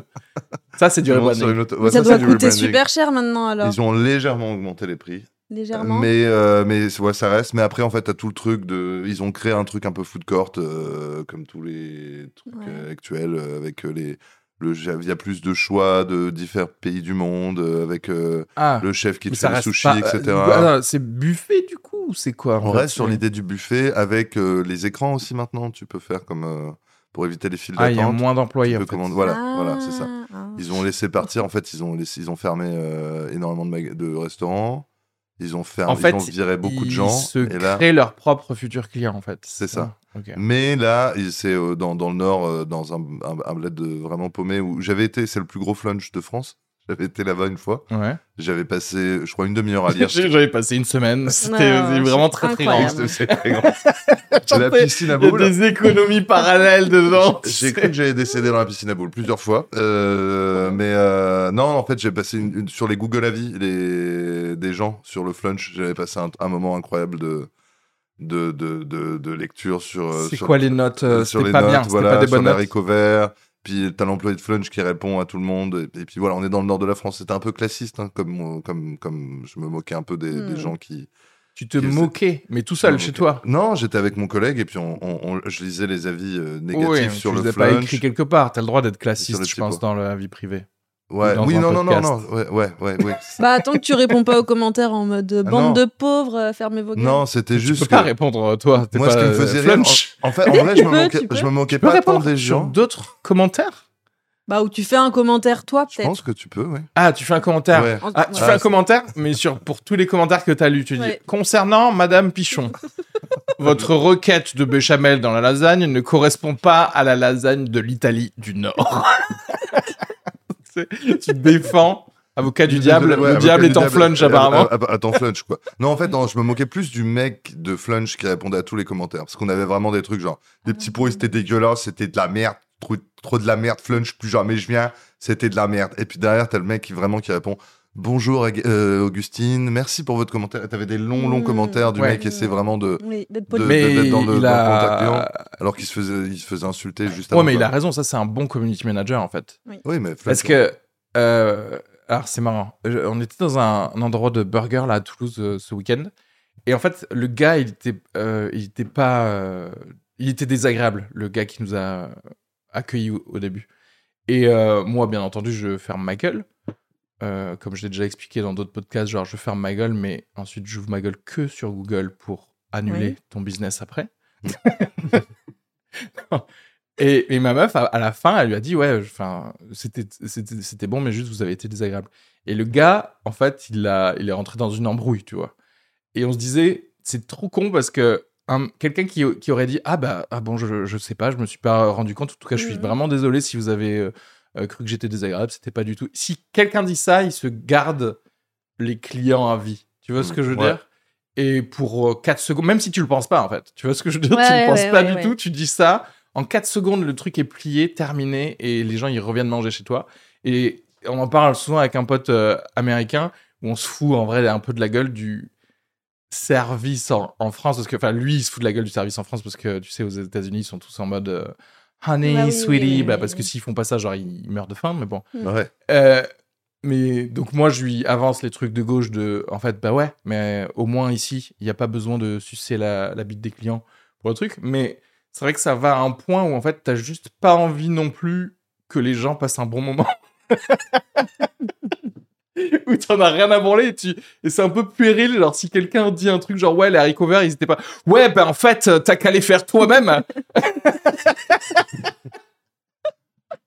B: Ça, c'est du
A: vraiment sur
B: rebranding.
A: une autre- ouais,
C: Mais ça,
A: ça,
C: doit
A: c'est du
C: coûter
A: rebranding.
C: super cher maintenant alors.
A: Ils ont légèrement augmenté les prix,
C: Légèrement.
A: mais euh, mais ouais, ça reste. Mais après en fait t'as tout le truc de, ils ont créé un truc un peu food court euh, comme tous les trucs
C: Ouais.
A: euh, actuels euh, avec euh, les le il y a plus de choix de différents pays du monde euh, avec euh,
B: Ah,
A: le chef qui
B: mais
A: te fait les
B: reste
A: sushis
B: pas-
A: etc.
B: Ah, non, c'est buffet, du coup, ou c'est quoi en
A: On
B: fait
A: reste sur l'idée du buffet avec euh, les écrans aussi maintenant. Tu peux faire comme euh, pour éviter les files
B: Ah, il y a
A: d'attente.
B: moins d'employés,
A: tu
B: en
A: peux
B: fait.
A: commander- Voilà,
C: Ah,
A: voilà, c'est ça.
C: ah.
A: Ils ont laissé partir. En fait, ils ont laissé- ils ont fermé euh, énormément de, maga- de restaurants. Ils ont fermé.
B: En fait,
A: ils ont viré beaucoup de
B: Ils
A: gens.
B: se
A: et là,
B: créent leurs propres futurs clients, en fait. Ah,
A: C'est ça.
B: Ok.
A: mais là, il- c'est euh, dans, dans le nord, euh, dans un, un, un bled de- vraiment paumé où j'avais été. C'est le plus gros flunch de France. J'avais été là-bas une fois.
B: Ouais.
A: J'avais passé, je crois, une demi-heure à lire.
B: J'ai- J'avais passé une semaine. C'était
C: Non,
B: c'est vraiment très, très grand.
C: incroyable.
A: C'était- c'était grand. la
B: pensais-
A: piscine à
B: Il y a
A: boules.
B: des économies parallèles dedans.
A: J'ai cru que j'allais décéder dans la piscine à boules plusieurs fois. Euh, mais euh, non, en fait, j'ai passé une, une- sur les Google Avis les- des gens sur le flunch. J'avais passé un, un moment incroyable de, de, de, de- de lecture sur. euh,
B: C'est
A: sur-
B: quoi les notes euh,
A: sur
B: C'était
A: les
B: pas
A: notes,
B: bien, c'était
A: voilà,
B: pas des
A: sur
B: bonnes
A: les
B: notes.
A: haricots verts. Puis t'as l'employé de flunch qui répond à tout le monde. Et, et puis voilà, on est dans le nord de la France. C'était un peu classiste, hein, comme, mon- comme, comme je me moquais un peu des, des
C: Hmm.
A: gens qui.
B: Tu te
A: Qui est-
B: moquais, mais tout
A: Non,
B: seul chez
A: ok.
B: toi.
A: Non, j'étais avec mon collègue et puis on, on- on- je lisais les avis euh, négatifs
B: Oui,
A: sur
B: tu
A: le
B: les as
A: flunch.
B: pas écrit quelque part. T'as le droit d'être
A: Sur
B: classiste,
A: le
B: je
A: petit
B: pense,
A: pot.
B: dans la vie privée.
A: Ouais,
B: dans
A: oui,
B: un
A: non, non, non,
B: podcast.
A: non, ouais, ouais, ouais, ouais.
C: Bah, tant que tu réponds pas aux commentaires en mode euh,
A: Ah,
C: bande
A: non.
C: de pauvres, euh, fermez vos gueules.
A: non, c'était
B: Tu
A: juste.
B: peux pas
A: que-
B: répondre, toi. T'es
A: Moi, ce
B: pas
A: qui me faisait
B: euh,
A: rire,
B: flunch.
A: en fait, en vrai, je
C: Tu
A: me
C: peux,
A: moquais,
C: tu peux.
A: je me moquais
B: Tu peux
A: pas tant des
B: répondre sur
A: gens.
B: d'autres commentaires
C: Bah, ou tu fais un commentaire toi,
A: Je
C: peut-être.
A: pense que tu peux, ouais.
B: Ah, tu fais un commentaire.
A: Ouais.
C: En-
B: Ah, tu
C: ouais.
B: fais un
A: c'est-
B: commentaire, mais sur, pour tous les commentaires que t'as lus, tu dis
C: Ouais.
B: Concernant Madame Pichon, votre requête de béchamel dans la lasagne ne correspond pas à la lasagne de l'Italie du Nord. C'est- tu défends Avocat du diable,
A: Ouais,
B: le
A: avocat
B: diable
A: du
B: est en flunch apparemment.
A: Euh, euh, Attends, flunch quoi. Non, en fait, non, je me moquais plus du mec de flunch qui répondait à tous les commentaires. Parce qu'on avait vraiment des trucs genre des petits pourris, c'était dégueulasse, c'était de la merde, trop, trop de la merde, flunch, plus jamais je viens, c'était de la merde. Et puis derrière, t'as le mec qui vraiment qui répond Bonjour Ag- euh, Augustine, merci pour votre commentaire. Et T'avais des longs, longs
C: Mm.
A: commentaires du
B: Ouais.
A: mec qui essaie vraiment de.
C: Oui, d'être
A: euh, de-
C: poli.
A: Mais- d'être dans le-
B: il
A: dans le
B: a...
A: contact client. Alors qu'il se faisait, il se faisait insulter juste
B: Ouais,
A: avant,
B: mais il
A: quoi.
B: a raison, ça c'est un bon community manager en fait.
A: Oui, mais flunch.
B: Parce que. euh, alors, c'est marrant. Je- on était dans un, un endroit de burger là à Toulouse euh, ce week-end. Et en fait, le gars, il était, euh, il était pas. euh, il était désagréable, le gars qui nous a euh, accueillis au, au début. Et euh, moi, bien entendu, je ferme ma gueule. Euh, comme je l'ai déjà expliqué dans d'autres podcasts, genre je ferme ma gueule, mais ensuite j'ouvre ma gueule que sur Google pour annuler
C: Oui.
B: ton business après. Et, et ma meuf, à, à la fin, elle lui a dit Ouais, enfin, c'était c'était- c'était bon, mais juste vous avez été désagréable. Et le gars, en fait, il, a, il est rentré dans une embrouille, tu vois. Et on se disait C'est trop con parce que un- quelqu'un qui, qui aurait dit Ah, bah, ah bon, je, je sais pas, je me suis pas rendu compte. En tout cas, je suis
C: Mhm.
B: vraiment désolé si vous avez euh, euh, cru que j'étais désagréable, c'était pas du tout. Si quelqu'un dit ça, il se garde les clients à vie. Tu vois ce
A: Mhm.
B: que je veux
A: Ouais.
B: dire Et pour 4 secondes, même si tu le penses pas, en fait. Tu vois ce que je veux dire
C: Ouais,
B: Tu le
C: ouais,
B: penses
C: ouais,
B: pas
C: ouais,
B: du
C: ouais.
B: tout, tu dis ça. En 4 secondes, le truc est plié, terminé, et les gens, ils reviennent manger chez toi. Et on en parle souvent avec un pote euh, américain, où on se fout en vrai un peu de la gueule du service en, en France, parce que, enfin, lui, il se fout de la gueule du service en France, parce que, tu sais, aux États-Unis, ils sont tous en mode euh, Honey,
C: Bah oui,
B: sweetie,
C: oui, oui,
B: bah,
C: oui,
B: parce que
C: oui.
B: s'ils font pas ça, genre, ils, ils meurent de faim, mais bon.
A: Ouais.
B: Euh, mais donc moi je lui avance les trucs de gauche de en fait bah ouais mais au moins ici il n'y a pas besoin de sucer la, la bite des clients pour le truc mais c'est vrai que ça va à un point où en fait t'as juste pas envie non plus que les gens passent un bon moment où t'en as rien à branler et, tu... et c'est un peu puéril alors si quelqu'un dit un truc genre ouais les haricots verts ils étaient pas ouais bah en fait euh, t'as qu'à les faire toi-même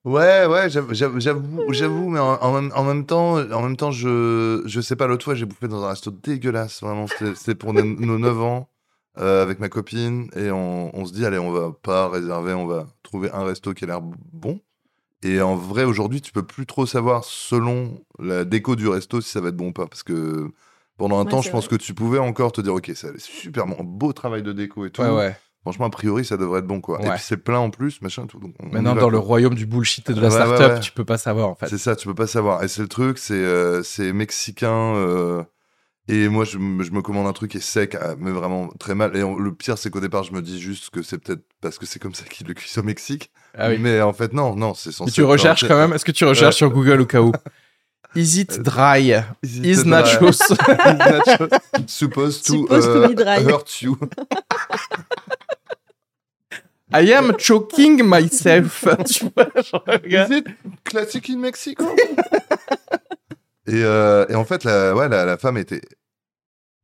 A: Ouais, ouais, j'av- j'av- j'avoue, j'avoue, mais en, en même, en même temps, en même temps, je, je sais pas, l'autre fois, j'ai bouffé dans un resto dégueulasse, vraiment. C'était c'était pour nos, nos 9 ans, euh, avec ma copine, et on, on se dit, allez, on va pas réserver, on va trouver un resto qui a l'air bon. Et en vrai, aujourd'hui, tu peux plus trop savoir selon la déco du resto si ça va être bon ou pas, parce que pendant un
C: Ouais,
A: temps,
C: c'est
A: je pense que tu pouvais encore te dire, ok, ça, c'est super bon, beau travail de déco et tout.
B: ouais
A: Franchement, a priori, ça devrait être bon, quoi. Et
B: Ouais.
A: puis c'est plein en plus, machin, tout. Donc, on- on y
B: maintenant
A: va,
B: dans
A: quoi.
B: le royaume du bullshit et de la
A: Ouais, ouais,
B: startup
A: ouais.
B: tu peux pas savoir en fait
A: C'est ça, tu peux pas savoir. Et c'est le truc, c'est euh, c'est mexicain. euh, et moi, je, me- je me commande un truc qui est sec, ah, mais vraiment très mal. Et on- le pire, c'est qu'au départ, je me dis juste que c'est peut-être parce que c'est comme ça qu'ils le cuisent au Mexique.
B: ah oui
A: Mais en fait, non, non, c'est censé.
B: Et tu recherches
A: euh,
B: quand même Est-ce que tu recherches
A: Ouais.
B: sur Google au cas où Is it dry Euh, Is
A: natural.
B: nachos
A: Supposed to,
C: Supposed to
A: euh,
C: be dry.
A: hurt you.
B: I am choking myself Tu vois, genre, le gars.
A: Is it classic in Mexico et, euh, et en fait, la, ouais, la, la femme était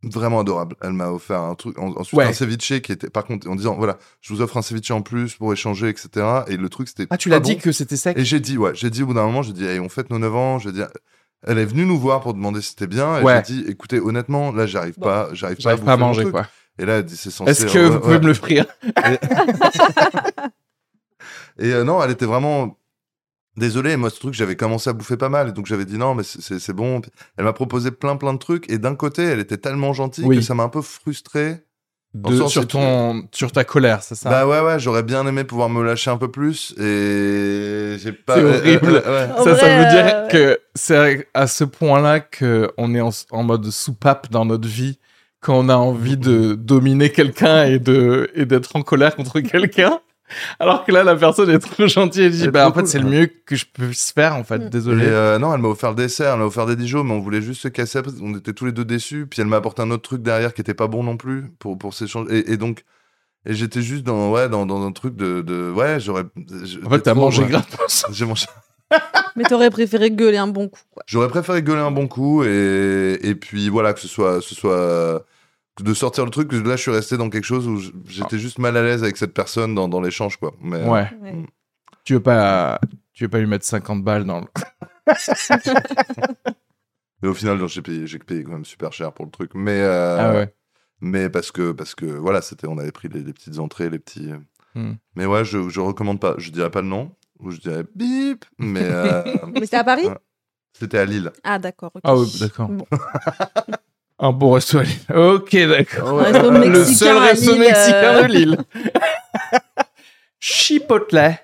A: vraiment adorable. Elle m'a offert un truc, en- ensuite
B: Ouais.
A: un ceviche qui était, par contre, en disant voilà, je vous offre un ceviche en plus pour échanger, etc. Et le truc, c'était.
B: Ah tu l'as
A: pas
B: dit
A: bon.
B: que c'était sec
A: Et j'ai dit, ouais, j'ai dit au bout d'un moment, j'ai dit, Hey, on fête nos 9 ans, j'ai dit. Elle est venue nous voir pour demander si c'était bien. Et
B: Ouais.
A: j'ai dit, écoutez, honnêtement, là, j'arrive
C: Bon.
A: pas, j'arrive pas,
B: J'arrive pas à
A: bouffer mon
B: manger
A: truc.
B: quoi
A: Et là, elle dit, c'est censé.
B: Est-ce que
A: ouais,
B: vous pouvez
A: ouais.
B: me le frire
A: Et euh, non, elle était vraiment désolée. Moi, ce truc, j'avais commencé à bouffer pas mal. Et donc, j'avais dit non, mais c'est- c'est c'est bon. Puis Elle m'a proposé plein, plein de trucs. Et d'un côté, elle était tellement gentille
B: Oui.
A: que ça m'a un peu frustré.
B: De-
A: En sens,
B: sur,
A: c'est-
B: ton, sur ta colère, c'est ça
A: Bah ouais, ouais, j'aurais bien aimé pouvoir me lâcher un peu plus. Et j'ai pas.
B: C'est
A: euh, euh,
B: horrible.
A: ouais.
C: En
B: Ça, ça
C: vrai,
B: veut dire
C: euh,
B: que c'est à ce point-là qu'on est en, en mode soupape dans notre vie quand on a envie de dominer quelqu'un et de et d'être en colère contre quelqu'un. Alors que là, la personne est trop gentille et dit
A: Elle est
B: Bah, en
A: trop
B: fait,
A: cool.
B: c'est le mieux que je puisse faire, en fait,
C: Mm.
B: désolé.
A: Et, euh, non, elle m'a offert le dessert, elle m'a offert des Dijon, mais on voulait juste se casser. parce qu'on était tous les deux déçus. Puis elle m'a apporté un autre truc derrière qui était pas bon non plus pour, pour s'échanger. Et, et donc, et j'étais juste dans, ouais, dans, dans un truc de. de- ouais, j'aurais. je-
B: en fait, t'as
A: trop,
B: mangé
A: ouais.
B: gratos.
A: J'ai mangé.
C: Mais t'aurais préféré gueuler un bon coup, quoi.
A: J'aurais préféré gueuler un bon coup et, et puis voilà, que ce soit, ce soit de sortir le truc. que Là, je suis resté dans quelque chose où je- j'étais juste mal à l'aise avec cette personne dans, dans l'échange, quoi. Mais,
B: Ouais.
C: Ouais.
A: Mm.
B: Tu veux pas. Tu veux pas lui mettre 50 balles dans le.
A: mais au final, genre, j'ai payé, j'ai payé quand même super cher pour le truc. Mais, euh,
B: Ah ouais.
A: mais parce que, parce que voilà, c'était, on avait pris les, les petites entrées, les petits. euh.
B: Hmm.
A: Mais ouais, je, je recommande pas. Je dirais pas le nom ou je dirais bip. Mais euh,
C: Mais c'était à Paris
A: Ouais. C'était à Lille.
C: Ah, d'accord. ok.
B: Ah oui, d'accord.
C: Bon.
B: Un bon resto à Lille. Ok, d'accord.
C: Un resto
B: Le
C: mexicain
B: seul
C: à
B: resto
C: Lille,
B: mexicain
C: euh.
B: de Lille. Chipotle.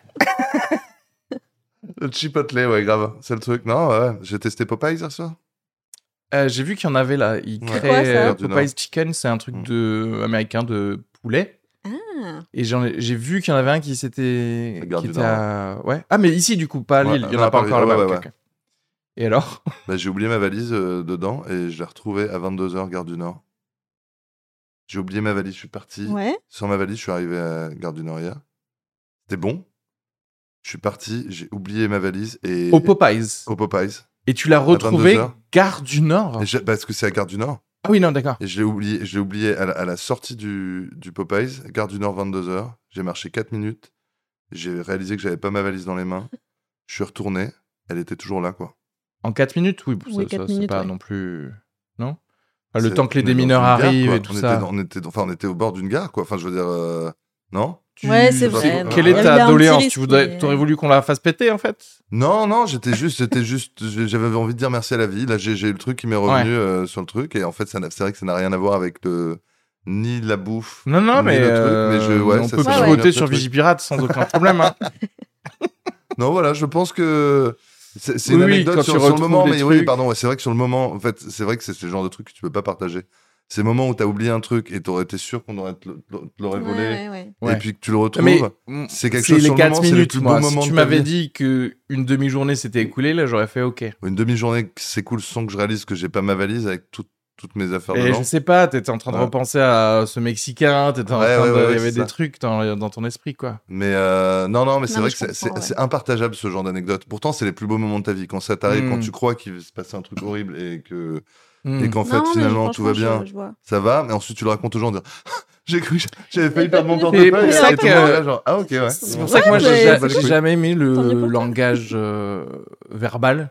A: Le Chipotle, ouais, grave. C'est le truc. Non, ouais. J'ai testé Popeyes hier soir.
B: Euh, J'ai vu qu'il y en avait là. Ils
A: Ouais.
B: créent
C: C'est quoi, ça
B: euh, Popeye's Chicken, c'est un truc
A: Mm.
B: de... américain de poulet.
C: Ah.
B: Et j'en ai- j'ai vu qu'il y en avait un qui s'était.
A: La gare
B: qui
A: du
B: était à- Ouais. Ah, mais ici, du coup, pas à
A: Ouais,
B: Lille. Il n'y en
A: non,
B: a
A: pas
B: pas
A: Lille.
B: encore là-bas.
A: Ouais, ouais,
B: ok, ok. Et alors
A: Bah, j'ai oublié ma valise euh, dedans et je l'ai retrouvée à 22h, Gare du Nord. J'ai oublié ma valise, je suis parti.
C: Ouais.
A: Sans ma valise, je suis arrivé à Gare du Nord hier. C'était bon. Je suis parti, j'ai oublié ma valise et.
B: Au Popeyes.
A: Au Popeyes.
B: Et tu l'as retrouvé
A: 22h.
B: Gare du Nord
A: Et j'ai- Parce que c'est à Gare du Nord.
B: Ah oui, non, d'accord.
A: Et je l'ai oublié, je l'ai oublié à, la, à la sortie du, du Popeyes, Gare du Nord, 22h. J'ai marché 4 minutes. J'ai réalisé que j'avais pas ma valise dans les mains. Je suis retourné. Elle était toujours là, quoi.
B: En 4 minutes Oui, bon,
C: Oui,
B: ça-
C: quatre
B: ça, c'est
C: minutes,
B: pas
C: ouais.
B: non plus. Non Ah, Le
A: C'est-
B: temps que les
A: on est dans
B: démineurs
A: une gare,
B: arrivent
A: quoi.
B: et tout
A: on
B: ça.
A: Était dans- on, était, enfin, on était au bord d'une gare, quoi. Enfin, je veux dire, euh, non
B: Tu-
C: Ouais, c'est
A: vrai,
B: Quelle
A: bon,
B: est
A: il y
C: avait un
B: ta
C: petit
B: doléance
C: risque,
B: Tu voudrais...
C: mais-
B: aurais voulu qu'on la fasse péter, en fait
A: Non, non, j'étais juste, c'était juste, j'avais envie de dire merci à la vie. Là, j'ai j'ai eu le truc qui m'est revenu euh, sur le truc, et en fait, ça n'a- c'est vrai que ça n'a rien à voir avec le ni la bouffe.
B: Non, non,
A: ni
B: mais,
A: le truc,
B: euh,
A: mais je- ouais,
B: on
A: ça,
B: peut
A: ça
C: m'a
B: pivoter sur
A: revient sur le truc.
B: Vigipirate sans aucun problème. hein.
A: Non, voilà, je pense que c'est c'est une
B: Oui, oui,
A: anecdote
B: quand
A: sur,
B: tu
A: sur le
B: retrouves
A: moment,
B: des
A: mais oui,
B: trucs.
A: pardon, ouais, c'est vrai que sur le moment, en fait, c'est vrai que c'est ce genre de truc que tu peux pas partager. C'est le moment où t'as oublié un truc et t'aurais été sûr qu'on aurait te le- te l'aurait
C: Ouais,
A: volé,
C: ouais, ouais.
B: Ouais.
A: et puis que tu le retrouves.
B: Mais
A: c'est quelque chose
B: les
A: sur le
B: quatre
A: moment, c'est le
B: minutes,
A: plus
B: moi.
A: beau moment
B: Si tu
A: de ta
B: m'avais
A: vie.
B: dit que une demi-journée s'était écoulée, là j'aurais fait OK.
A: Une demi-journée, c'est cool sans que je réalise que j'ai pas ma valise avec tout- toutes mes affaires
B: Et
A: dedans.
B: je sais pas, t'étais en train de
A: Ouais.
B: repenser à ce Mexicain, t'étais en
A: Ouais,
B: train
A: ouais,
B: de-
A: ouais,
B: il
A: ouais,
B: y avait
A: c'est
B: des
A: ça.
B: trucs dans, dans ton esprit, quoi.
A: Mais euh, non, non, mais c'est
C: Non,
A: vrai
C: mais
A: que
C: je
A: c'est- c'est
C: comprends, ouais.
A: c'est impartageable ce genre d'anecdote. Pourtant, c'est les plus beaux moments de ta vie. Quand ça t'arrive,
B: Mm.
A: quand tu crois qu'il va se passer un truc horrible et que
B: Hmm.
A: et qu'en fait
C: Non, mais
A: finalement tout va
C: franchement,
A: bien,
C: Je, je vois.
A: ça va. Mais ensuite tu le racontes aux gens, en disant, j'ai cru que j'avais failli
C: Et
A: perdre mon
C: pour
A: portefeuille.
B: ça
A: Et tout le
B: que-
A: monde est là, genre, ah ok ouais.
B: C'est pour ça que moi
C: Ouais,
B: j'ai
C: mais-
B: j'ai jamais aimé
C: T'en es pas
B: le
C: mal.
B: langage euh, verbal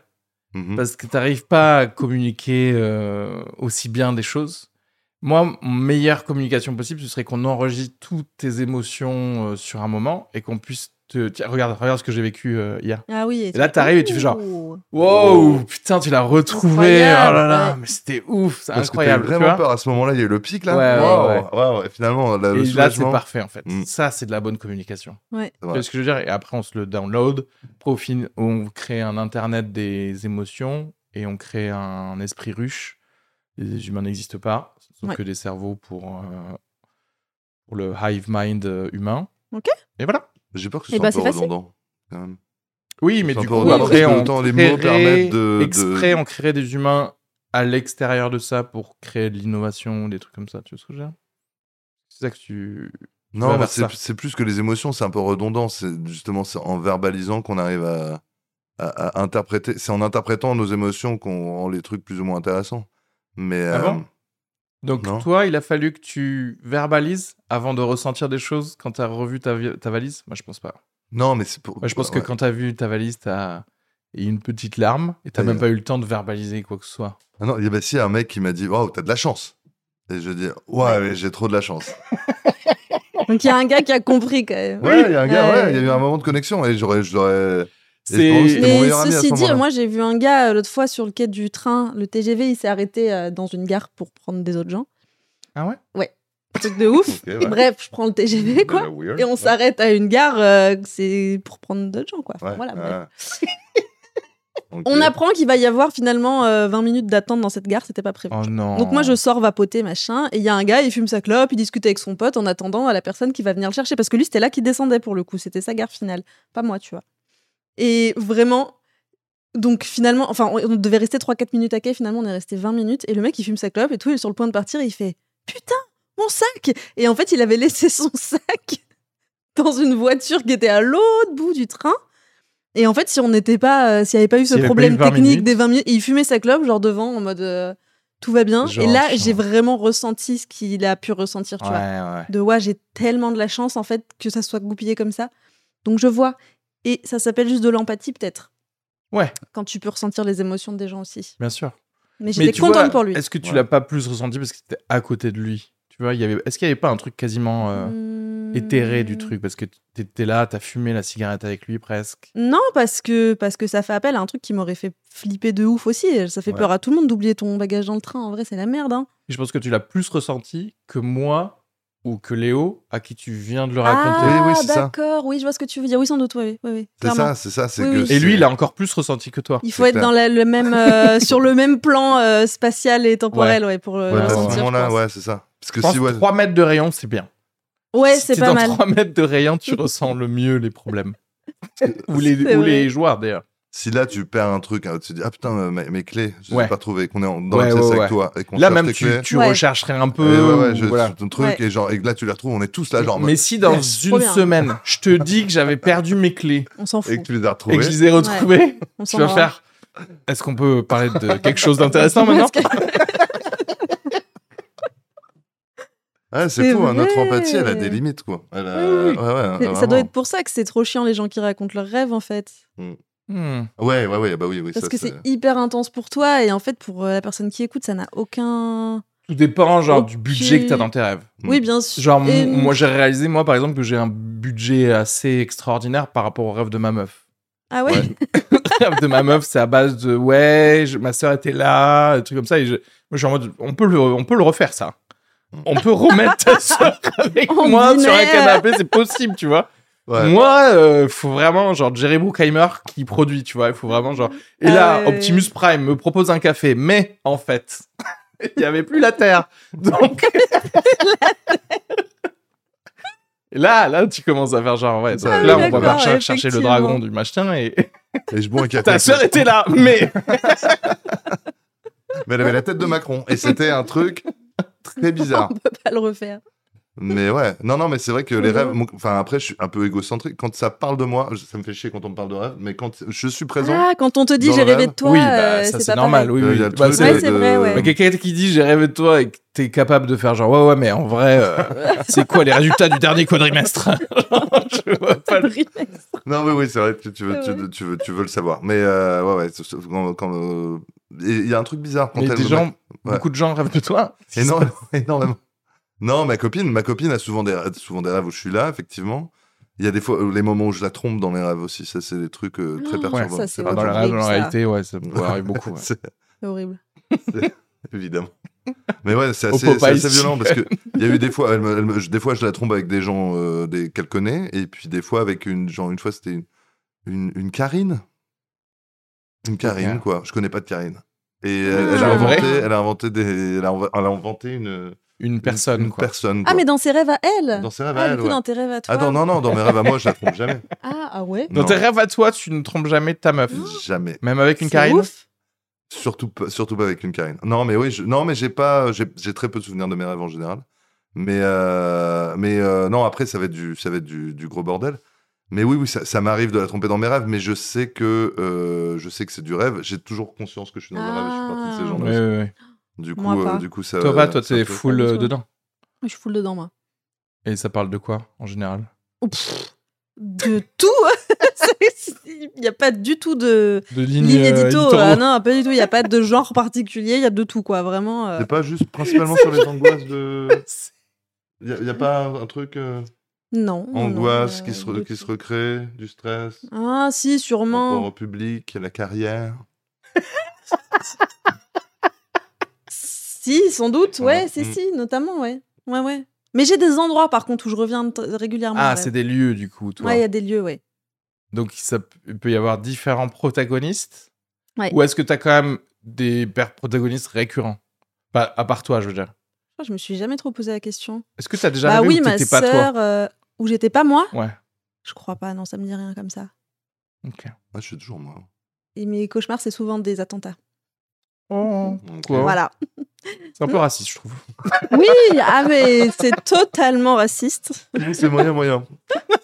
A: Mhm.
B: parce que t'arrives pas à communiquer euh, aussi bien des choses. Moi, mon meilleure communication possible, ce serait qu'on enregistre toutes tes émotions euh, sur un moment et qu'on puisse te. Tiens, regarde, regarde ce que j'ai vécu euh, hier.
C: Ah oui.
B: là, t'arrives et tu fais genre,
C: Ouh.
B: Wow, putain, tu l'as retrouvé.
C: Incroyable,
B: oh là là,
C: ouais.
B: mais c'était ouf, c'est
A: Parce que t'as eu
B: incroyable. tu
A: vraiment
B: vois.
A: peur à ce moment-là. Il y a eu le pic là.
B: Ouais, ouais,
A: Waouh, waouh. Et finalement, là, Euh, le
B: Et là, c'est
A: soulagement.
B: parfait en fait.
A: Mm.
B: Ça, c'est de la bonne communication.
C: Ouais.
A: Ouais.
B: Tu vois ce que je veux dire Et après, on se le download, profine, on crée un internet des émotions et on crée un esprit ruche. Les humains n'existent pas, sauf
C: Ouais.
B: que des cerveaux pour, euh, pour le hive mind euh, humain.
C: Ok.
B: Et voilà.
A: J'ai peur que ce
C: Eh
A: soit
C: ben,
A: un peu
C: c'est facile.
A: redondant. quand même.
B: Oui, mais
A: C'est
B: du
A: un
B: coup,
A: peu redondant,
B: après,
A: parce que
B: on
A: autant
B: crée
A: les mots permettent de- de-
B: exprès, on crée des humains à l'extérieur de ça pour créer de l'innovation, des trucs comme ça. Tu vois ce que je veux dire C'est ça que tu... vas
A: Non, mais
B: vers
A: c'est
B: ça.
A: c'est plus que les émotions, c'est un peu redondant. C'est justement c'est en verbalisant qu'on arrive à, à- à interpréter. C'est en interprétant nos émotions qu'on rend les trucs plus ou moins intéressants. Mais euh,
B: Ah bon Donc
A: Non.
B: toi, il a fallu que tu verbalises avant de ressentir des choses quand t'as revu ta, vi- ta valise Moi, je pense pas.
A: non, mais c'est pour.
B: Moi, je pense
A: ouais.
B: que quand t'as vu ta valise, t'as eu une petite larme et t'as
A: Ouais.
B: même pas eu le temps de verbaliser quoi que ce soit.
A: Ah non, il y avait si un mec qui m'a dit Waouh, t'as de la chance. Et je dis Ouais, mais j'ai trop de la chance.
C: Donc il y a un gars qui a compris quand même.
A: Ouais, il y a un gars,
C: Ouais.
A: ouais, il y a eu un moment de connexion et j'aurais. j'aurais- Et je pense que
B: C'est
A: c'était mon
C: Mais
A: meilleur ami à
C: ceci
A: ce
C: dit,
A: moment-là.
C: moi j'ai vu un gars euh, l'autre fois sur le quai du train, le TGV, il s'est arrêté euh, dans une gare pour prendre des autres gens.
B: Ah ouais
C: Truc de ouf.
A: Ok, ouais.
C: Et Bref, je prends le TGV quoi.
A: Weird.
C: Et on s'arrête à une gare, euh, c'est pour prendre d'autres gens quoi. Enfin,
A: Ouais,
C: voilà, bref.
A: ouais. Ok.
C: On apprend qu'il va y avoir finalement euh, 20 minutes d'attente dans cette gare, c'était pas prévu.
B: Oh non.
C: Donc moi je sors vapoter machin et il y a un gars il fume sa clope il discute avec son pote en attendant à la personne qui va venir le chercher parce que lui c'était là qui descendait pour le coup c'était sa gare finale pas moi tu vois et vraiment donc finalement enfin on, on devait rester 3-4 minutes à quai finalement on est resté 20 minutes et le mec il fume sa clope et tout il est sur le point de partir et il fait putain mon sac et en fait il avait laissé son sac dans une voiture qui était à l'autre bout du train et en fait si on n'était pas euh, s'il n'y avait pas eu ce
B: S'il y avait pas eu
C: problème
B: 20
C: technique
B: minutes.
C: des 20 minutes et il fumait sa clope genre devant en mode euh, tout va bien.
B: Genre,
C: et là,
B: genre.
C: j'ai vraiment ressenti ce qu'il a pu ressentir, tu
B: Ouais,
C: vois.
B: ouais.
C: De ouais, j'ai tellement de la chance, en fait, que ça soit goupillé comme ça. Donc, je vois. Et ça s'appelle juste de l'empathie, peut-être.
B: Ouais.
C: Quand tu peux ressentir les émotions des gens aussi.
B: Bien sûr.
C: Mais
B: Mais
C: j'étais
B: tu vois,
C: contente pour lui.
B: Est-ce que tu
A: Ouais.
B: l'as pas plus ressenti parce que t'étais à côté de lui Tu vois, il y avait... est-ce qu'il y avait pas un truc quasiment euh,
C: Hmm,
B: éthéré du truc Parce que t'étais là, t'as fumé la cigarette avec lui presque.
C: Non, parce que, parce que ça fait appel à un truc qui m'aurait fait flipper de ouf aussi. Ça fait
B: Ouais.
C: peur à tout le monde d'oublier ton bagage dans le train. En vrai, c'est la merde. Hein.
B: Et je pense que tu l'as plus ressenti que moi ou que Léo, à qui tu viens de le raconter.
C: Ah,
A: Oui, oui, c'est ça.
C: d'accord. Oui, je vois ce que tu veux dire. Oui, sans doute. Oui, oui, oui, oui,
A: C'est
C: clairement.
A: ça, c'est ça. c'est
C: Oui,
A: que
C: oui.
B: Et lui,
A: c'est-
B: il a encore plus ressenti que toi.
C: Il faut
A: C'est
C: être
A: clair.
C: dans la- le même, euh, sur le même plan euh, spatial et temporel, ouais, pour euh, le
A: Ouais,
B: t'as
A: à
C: ressentir.
A: ce
B: je
A: moment-là,
C: pense.
A: ouais, c'est ça. Parce que
B: Je pense
A: si, ouais.
B: 3 mètres de rayon, c'est bien.
C: Ouais,
B: Si
C: c'est
B: t'es
C: pas
B: dans
C: mal.
B: 3 mètres de rayon, tu ressens le mieux les problèmes. ou les,
C: C'est
B: ou
C: vrai.
B: les joueurs, d'ailleurs.
A: Si là tu perds un truc, hein, tu te dis ah putain euh, mes, mes clés, je les
B: Ouais.
A: ai pas trouvées, qu'on est en- dans
B: Ouais,
A: la pièce
B: ouais,
A: avec
B: ouais.
A: toi et qu'on
B: Là,
A: cherche
B: même,
A: tes
B: tu,
A: clés,
B: tu
C: Ouais.
B: rechercherais un
A: et ouais,
B: peu.
A: ouais,
B: ou
A: je,
B: voilà.
A: ton truc
C: Ouais.
A: et genre et que là tu les retrouves, on est tous là genre en mode,
B: Mais si dans
C: Yes, trop
B: une
C: bien.
B: semaine, je te dis que j'avais perdu mes clés
C: On s'en
A: et
C: fout.
A: que tu les
B: et
A: as
B: que
A: retrouvées.
B: je les ai retrouvées,
C: On s'en
B: tu vas
C: marre.
B: faire. Est-ce qu'on peut parler de quelque chose d'intéressant maintenant
C: Parce
A: Ah,
C: que-
A: Ouais, c'est
C: C'est
A: fou, hein, notre
C: vrai.
A: empathie, elle a des limites quoi. Elle a-
C: Oui, oui.
A: ouais, ouais,
C: c'est- Ça
A: vraiment.
C: doit être pour ça que c'est trop chiant les gens qui racontent leurs rêves en fait.
B: Hmm.
A: Ouais, ouais, ouais, bah oui, oui.
C: Parce
A: ça,
C: que c'est hyper intense pour toi et en fait pour euh, la personne qui écoute ça n'a aucun.
B: Tout dépend genre du
C: Ok.
B: budget que t'as dans tes rêves.
A: Mm.
C: Oui bien sûr.
B: Genre,
C: Et-
B: m- moi, j'ai réalisé, moi, par exemple, que j'ai un budget assez extraordinaire par rapport au rêve de ma meuf.
C: Ah ouais.
B: Le rêve de ma meuf, c'est à base de ouais, je- ma soeur était là, des trucs comme ça. Et je, moi, je suis en mode, on peut le, on peut le refaire, ça. On peut remettre ta soeur avec
C: En
B: moi sur un
C: dîner.
B: canapé, c'est possible, tu vois.
A: Ouais.
B: Moi, euh, faut vraiment, genre, Jerry Bruckheimer qui produit, tu vois. Il faut vraiment, genre. Et
C: Ah
B: là,
C: ouais, ouais,
B: Optimus Prime me propose un café, mais en fait, il n'y avait plus la Terre. Donc. Et là, là, tu commences à faire genre, ouais. donc
A: Ah oui,
B: là, on va
A: d'accord,
B: marcher chercher le
C: effectivement. euh,
B: dragon du machin et
A: Et je bois un café.
B: ta sœur était là, mais.
A: Mais elle avait la tête de Macron. Et c'était un truc très bizarre.
C: On peut pas le refaire.
A: Mais ouais, non, non, mais c'est vrai que les
C: Ouais.
A: rêves. mon- Enfin, après, je suis un peu égocentrique. Quand ça parle de moi, je- ça me fait chier quand on me parle de rêve, mais quand je suis présent.
C: Ah quand on te dit
A: Dans
C: j'ai
A: le
C: rêvé de
A: rêve.
C: toi,
B: oui, bah,
C: euh,
B: ça
C: c'est
B: c'est
C: pas
B: normal,
C: pareil.
B: oui,
A: il
B: oui.
A: y a le
B: Bah,
A: truc
B: c'est-
C: Ouais, c'est vrai, ouais.
B: bah, Quelqu'un qui dit j'ai rêvé de toi et que t'es capable de faire genre ouais ouais mais en vrai euh, c'est quoi les résultats du dernier quadrimestre Je vois pas le-
A: Non, mais oui, c'est vrai, tu, tu veux,
C: C'est
A: tu,
C: vrai.
A: tu veux, tu veux le savoir. Mais euh, ouais, ouais, sauf- sauf quand. quand, euh, et Il y a un truc bizarre quand
B: Mais
A: elle
B: des
A: me
B: gens,
A: met- Ouais.
B: beaucoup de gens rêvent de toi.
A: Énorme- énormément. Non, ma copine, ma copine a souvent des, souvent des rêves où je suis là, effectivement. Il y a des fois, euh, les moments où je la trompe dans les rêves aussi. Ça, c'est des trucs euh, très
C: Oh,
A: perturbants.
C: ça, c'est
B: Dans la,
C: horrible.
B: rêve, dans la
C: ça.
B: réalité, ouais, ça peut arriver beaucoup. ouais.
A: C'est-
C: C'est horrible.
A: Évidemment. Mais ouais, c'est
B: Au
A: assez, c'est
B: Popeye
A: assez violent parce que il y a eu des fois, elle me- elle me- je- des fois je la trompe avec des gens euh, des- qu'elle connaît et puis des fois avec une genre une fois c'était une, une une Karine, une Karine
B: Ok.
A: quoi. Je connais pas de Karine. Et elle,
C: Ah.
A: elle a
B: En vrai
A: inventé, elle a inventé des, elle a, inv- elle a inventé une
B: Une personne,
A: une
B: quoi.
A: personne.
C: Ah
A: quoi.
C: mais dans ses rêves à elle.
A: dans ses rêves.
C: Ah
A: à
C: du
A: elle,
C: coup
A: ouais.
C: dans tes rêves à toi.
A: Ah non non non, dans mes rêves à moi je la trompe jamais.
C: Ah ah ouais.
B: Dans
A: Non.
B: tes rêves à toi, tu ne trompes jamais ta meuf.
A: Jamais.
B: Même avec une
C: C'est
B: Karine
C: ouf.
A: Surtout pas, surtout pas avec une Karine. Non, mais oui, je- non, mais j'ai pas, euh, j'ai j'ai très peu de souvenirs de mes rêves en général. Mais, euh, mais euh, non, après ça va être du, ça va être du, du gros bordel. Mais oui, oui, ça, ça m'arrive de la tromper dans mes rêves, mais je sais que, euh, je sais que c'est du rêve. J'ai toujours conscience que je suis dans un rêve. Je suis partie de ces gens-là.
B: Ouais,
A: aussi.
B: ouais, ouais.
A: Du
C: Moi,
A: coup, euh,
C: pas.
A: du coup, ça.
B: Toi, pas, toi,
A: ça
B: t'es
A: peut-
B: full
C: Pas du
B: euh,
C: tout.
B: dedans.
C: Je suis full dedans moi.
B: Et ça parle de quoi, en général
C: Oh, pff, de tout. C'est- Il n'y a pas du tout de
B: De ligne,
C: ligne
B: euh,
C: édito.
B: édito.
C: ah non, pas du tout. Il n'y a pas de genre particulier. Il y a de tout, quoi. Vraiment. euh,
A: C'est pas juste principalement sur les angoisses de. Il n'y a, y a pas un truc euh,
C: Non. non, non,
A: angoisse
C: euh,
A: qui, se
C: de
A: re- qui
C: tout.
A: se recrée, du stress,
C: Ah, si,
A: rapport
C: sûrement.
A: au public, la carrière.
C: Si, sans doute. Ouais,
A: Ouais.
C: c'est
A: Mm.
C: si, notamment, ouais. Ouais, ouais. Mais j'ai des endroits, par contre, où je reviens t- régulièrement.
B: Ah,
C: ouais.
B: c'est des lieux, du coup, toi.
C: Ouais, il y a des lieux, ouais.
B: Donc, ça p- il peut y avoir différents protagonistes.
C: Ouais.
B: Ou est-ce que t'as quand même des pères protagonistes récurrents Pas- À part toi, je veux dire.
C: Oh, Je me suis jamais trop posé la question.
B: Est-ce que t'as déjà
C: Bah
B: rêvé
C: oui,
B: où
C: ma
B: t'étais pas toi
C: sœur, euh, où j'étais pas moi.
B: Ouais.
C: Je crois pas, non, ça me dit rien comme ça.
B: Ok.
A: Ah, je suis toujours moi.
C: Et mes cauchemars, c'est souvent des attentats.
B: Oh,
A: Donc, euh,
B: Quoi
C: Voilà.
B: c'est un peu raciste, je trouve.
C: Oui, ah mais c'est totalement raciste.
A: C'est moyen, moyen.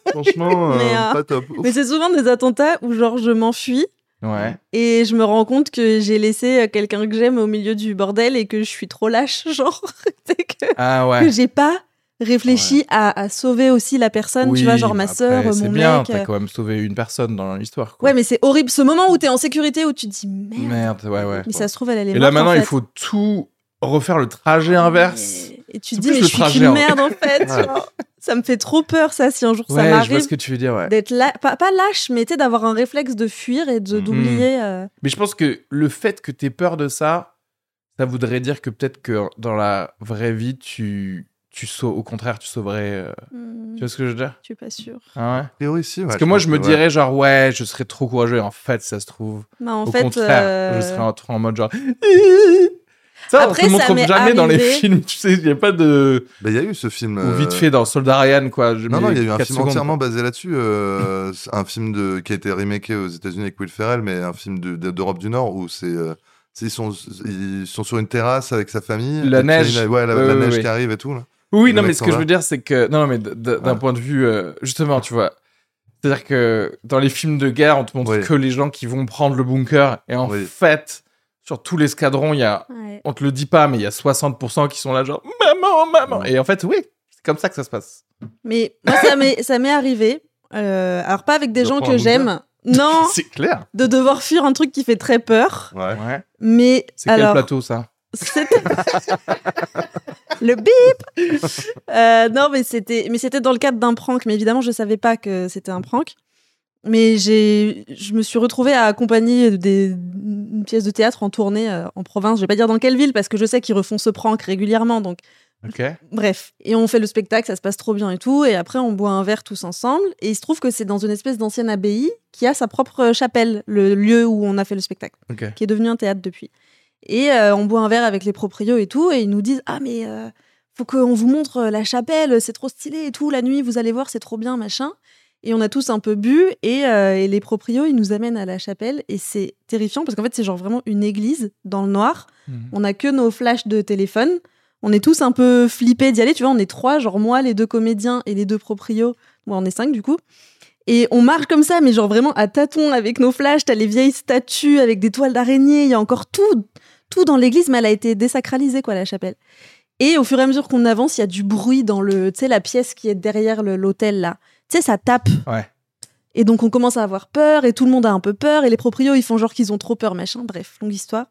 A: Franchement, euh,
C: Mais, euh,
A: pas top.
C: Mais c'est souvent des attentats où genre je m'enfuis
B: Ouais.
C: et je me rends compte que j'ai laissé euh, quelqu'un que j'aime au milieu du bordel et que je suis trop lâche, genre c'est que,
B: Ah ouais.
C: que j'ai pas réfléchi à, à sauver aussi la personne, tu vois, genre ma
B: après,
C: sœur,
B: C'est
C: mon
B: bien,
C: mec. euh.
B: t'as quand même sauvé une personne dans l'histoire. quoi.
C: Ouais, mais c'est horrible ce moment où t'es en sécurité où tu te dis merde.
B: Merde, ouais, ouais.
C: Mais ça se trouve elle elle est
B: Et là
C: morte, en
B: maintenant, il
C: fait.
B: faut tout refaire le trajet inverse.
C: Et tu
B: C'est
C: te dis
B: plus
C: mais
B: le
C: je suis
B: trajet,
C: qu'une
B: en
C: merde en fait.
A: Ouais.
C: genre. Ça me fait trop peur, ça, si un jour ça
B: Ouais, je vois
C: m'arrive.
B: ce que tu veux dire, ouais.
C: D'être là, pas, pas lâche, mais tu sais, d'avoir un réflexe de fuir et de-
B: Mhm.
C: d'oublier. euh,
B: Mais je pense que le fait que t'aies peur de ça, ça voudrait dire que peut-être que dans la vraie vie, tu, tu sau- au contraire, tu sauverais. euh,
C: hmm,
B: Tu vois ce que je veux dire
C: Je suis pas sûre.
B: Ah ouais
A: A priori, si, ouais,
B: Parce que moi,
A: pense
B: je me
A: ouais.
B: dirais genre, ouais, je serais trop courageux. En fait, ça se trouve.
C: Bah, en
B: au
C: fait,
B: contraire,
C: euh,
B: je serais en, trop en mode genre. Ça,
C: Après,
B: on te
C: ça
B: montre
C: m'est
B: jamais dans les
C: arrivé.
B: films, tu sais, il n'y a pas de.
A: Bah, Il y a eu ce film.
B: Ou
A: euh,
B: vite fait dans Soldat Ryan, quoi. Je
A: Non,
B: mets
A: non, il y a eu un
B: quatre
A: film
B: secondes,
A: entièrement basé là-dessus. euh, c'est un film de, qui a été remaké aux États-Unis avec Will Ferrell, mais un film de- de- d'Europe du Nord où c'est. euh, c'est- ils, sont, ils sont sur une terrasse avec sa famille.
B: La
A: Et puis,
B: neige.
A: il y a- Ouais, la,
B: Ouais,
A: la
B: ouais,
A: neige
B: ouais.
A: qui arrive et tout. Là.
B: Oui,
A: Le
B: non, mais
A: mec
B: ce que
A: s'en
B: je veux
A: va.
B: dire, c'est que. Non, non, mais d- d- d'un
A: Ouais.
B: point de vue. euh, justement, tu vois. C'est-à-dire que dans les films de guerre, on te montre
A: Oui.
B: que les gens qui vont prendre le bunker. Et en
A: Oui.
B: fait, sur tout l'escadron, il y a.
C: ouais.
B: On te le dit pas, mais il y a 60% qui sont là, genre. Maman, maman
A: Ouais.
B: Et en fait, oui, c'est comme ça que ça se passe.
C: Mais moi, ça m'est- ça m'est arrivé. Euh, alors, pas avec des
A: De
C: gens
A: prendre
C: que
A: un
C: j'aime. Non,
B: C'est clair.
C: de devoir fuir un truc qui fait très peur.
A: Ouais.
B: Ouais.
C: Mais
B: C'est quel
C: alors,
B: plateau, ça
C: C'était le bip. Euh, non, mais c'était, mais c'était dans le cadre d'un prank. Mais évidemment, je savais pas que c'était un prank. Mais j'ai, je me suis retrouvée à accompagner des, une pièce de théâtre en tournée euh, en province. Je vais pas dire dans quelle ville parce que je sais qu'ils refont ce prank régulièrement. Donc
B: Ok.
C: Bref, et on fait le spectacle, ça se passe trop bien et tout, et après on boit un verre tous ensemble, et il se trouve que c'est dans une espèce d'ancienne abbaye qui a sa propre chapelle, le lieu où on a fait le spectacle,
B: Ok.
C: qui est devenu un théâtre depuis. Et euh, on boit un verre avec les proprios et tout, et ils nous disent Ah, mais euh, faut qu'on vous montre euh, la chapelle, c'est trop stylé et tout, la nuit vous allez voir, c'est trop bien, machin. Et on a tous un peu bu, et, euh, et les proprios ils nous amènent à la chapelle, et c'est terrifiant parce qu'en fait c'est genre vraiment une église dans le noir,
B: Mhm.
C: on a que nos flashs de téléphone. On est tous un peu flippés d'y aller. Tu vois, on est trois, genre moi, les deux comédiens et les deux proprios. Moi, on est cinq du coup. Et on marche comme ça, mais genre vraiment à tâtons avec nos flashs. T'as les vieilles statues avec des toiles d'araignée. Il y a encore tout, tout dans l'église, mais elle a été désacralisée, quoi, la chapelle. Et au fur et à mesure qu'on avance, il y a du bruit dans le, tu sais, la pièce qui est derrière le- l'hôtel, là. Tu sais, ça tape.
B: Ouais.
C: Et donc, on commence à avoir peur, et tout le monde a un peu peur, et les proprios, ils font genre qu'ils ont trop peur, machin. Bref, longue histoire.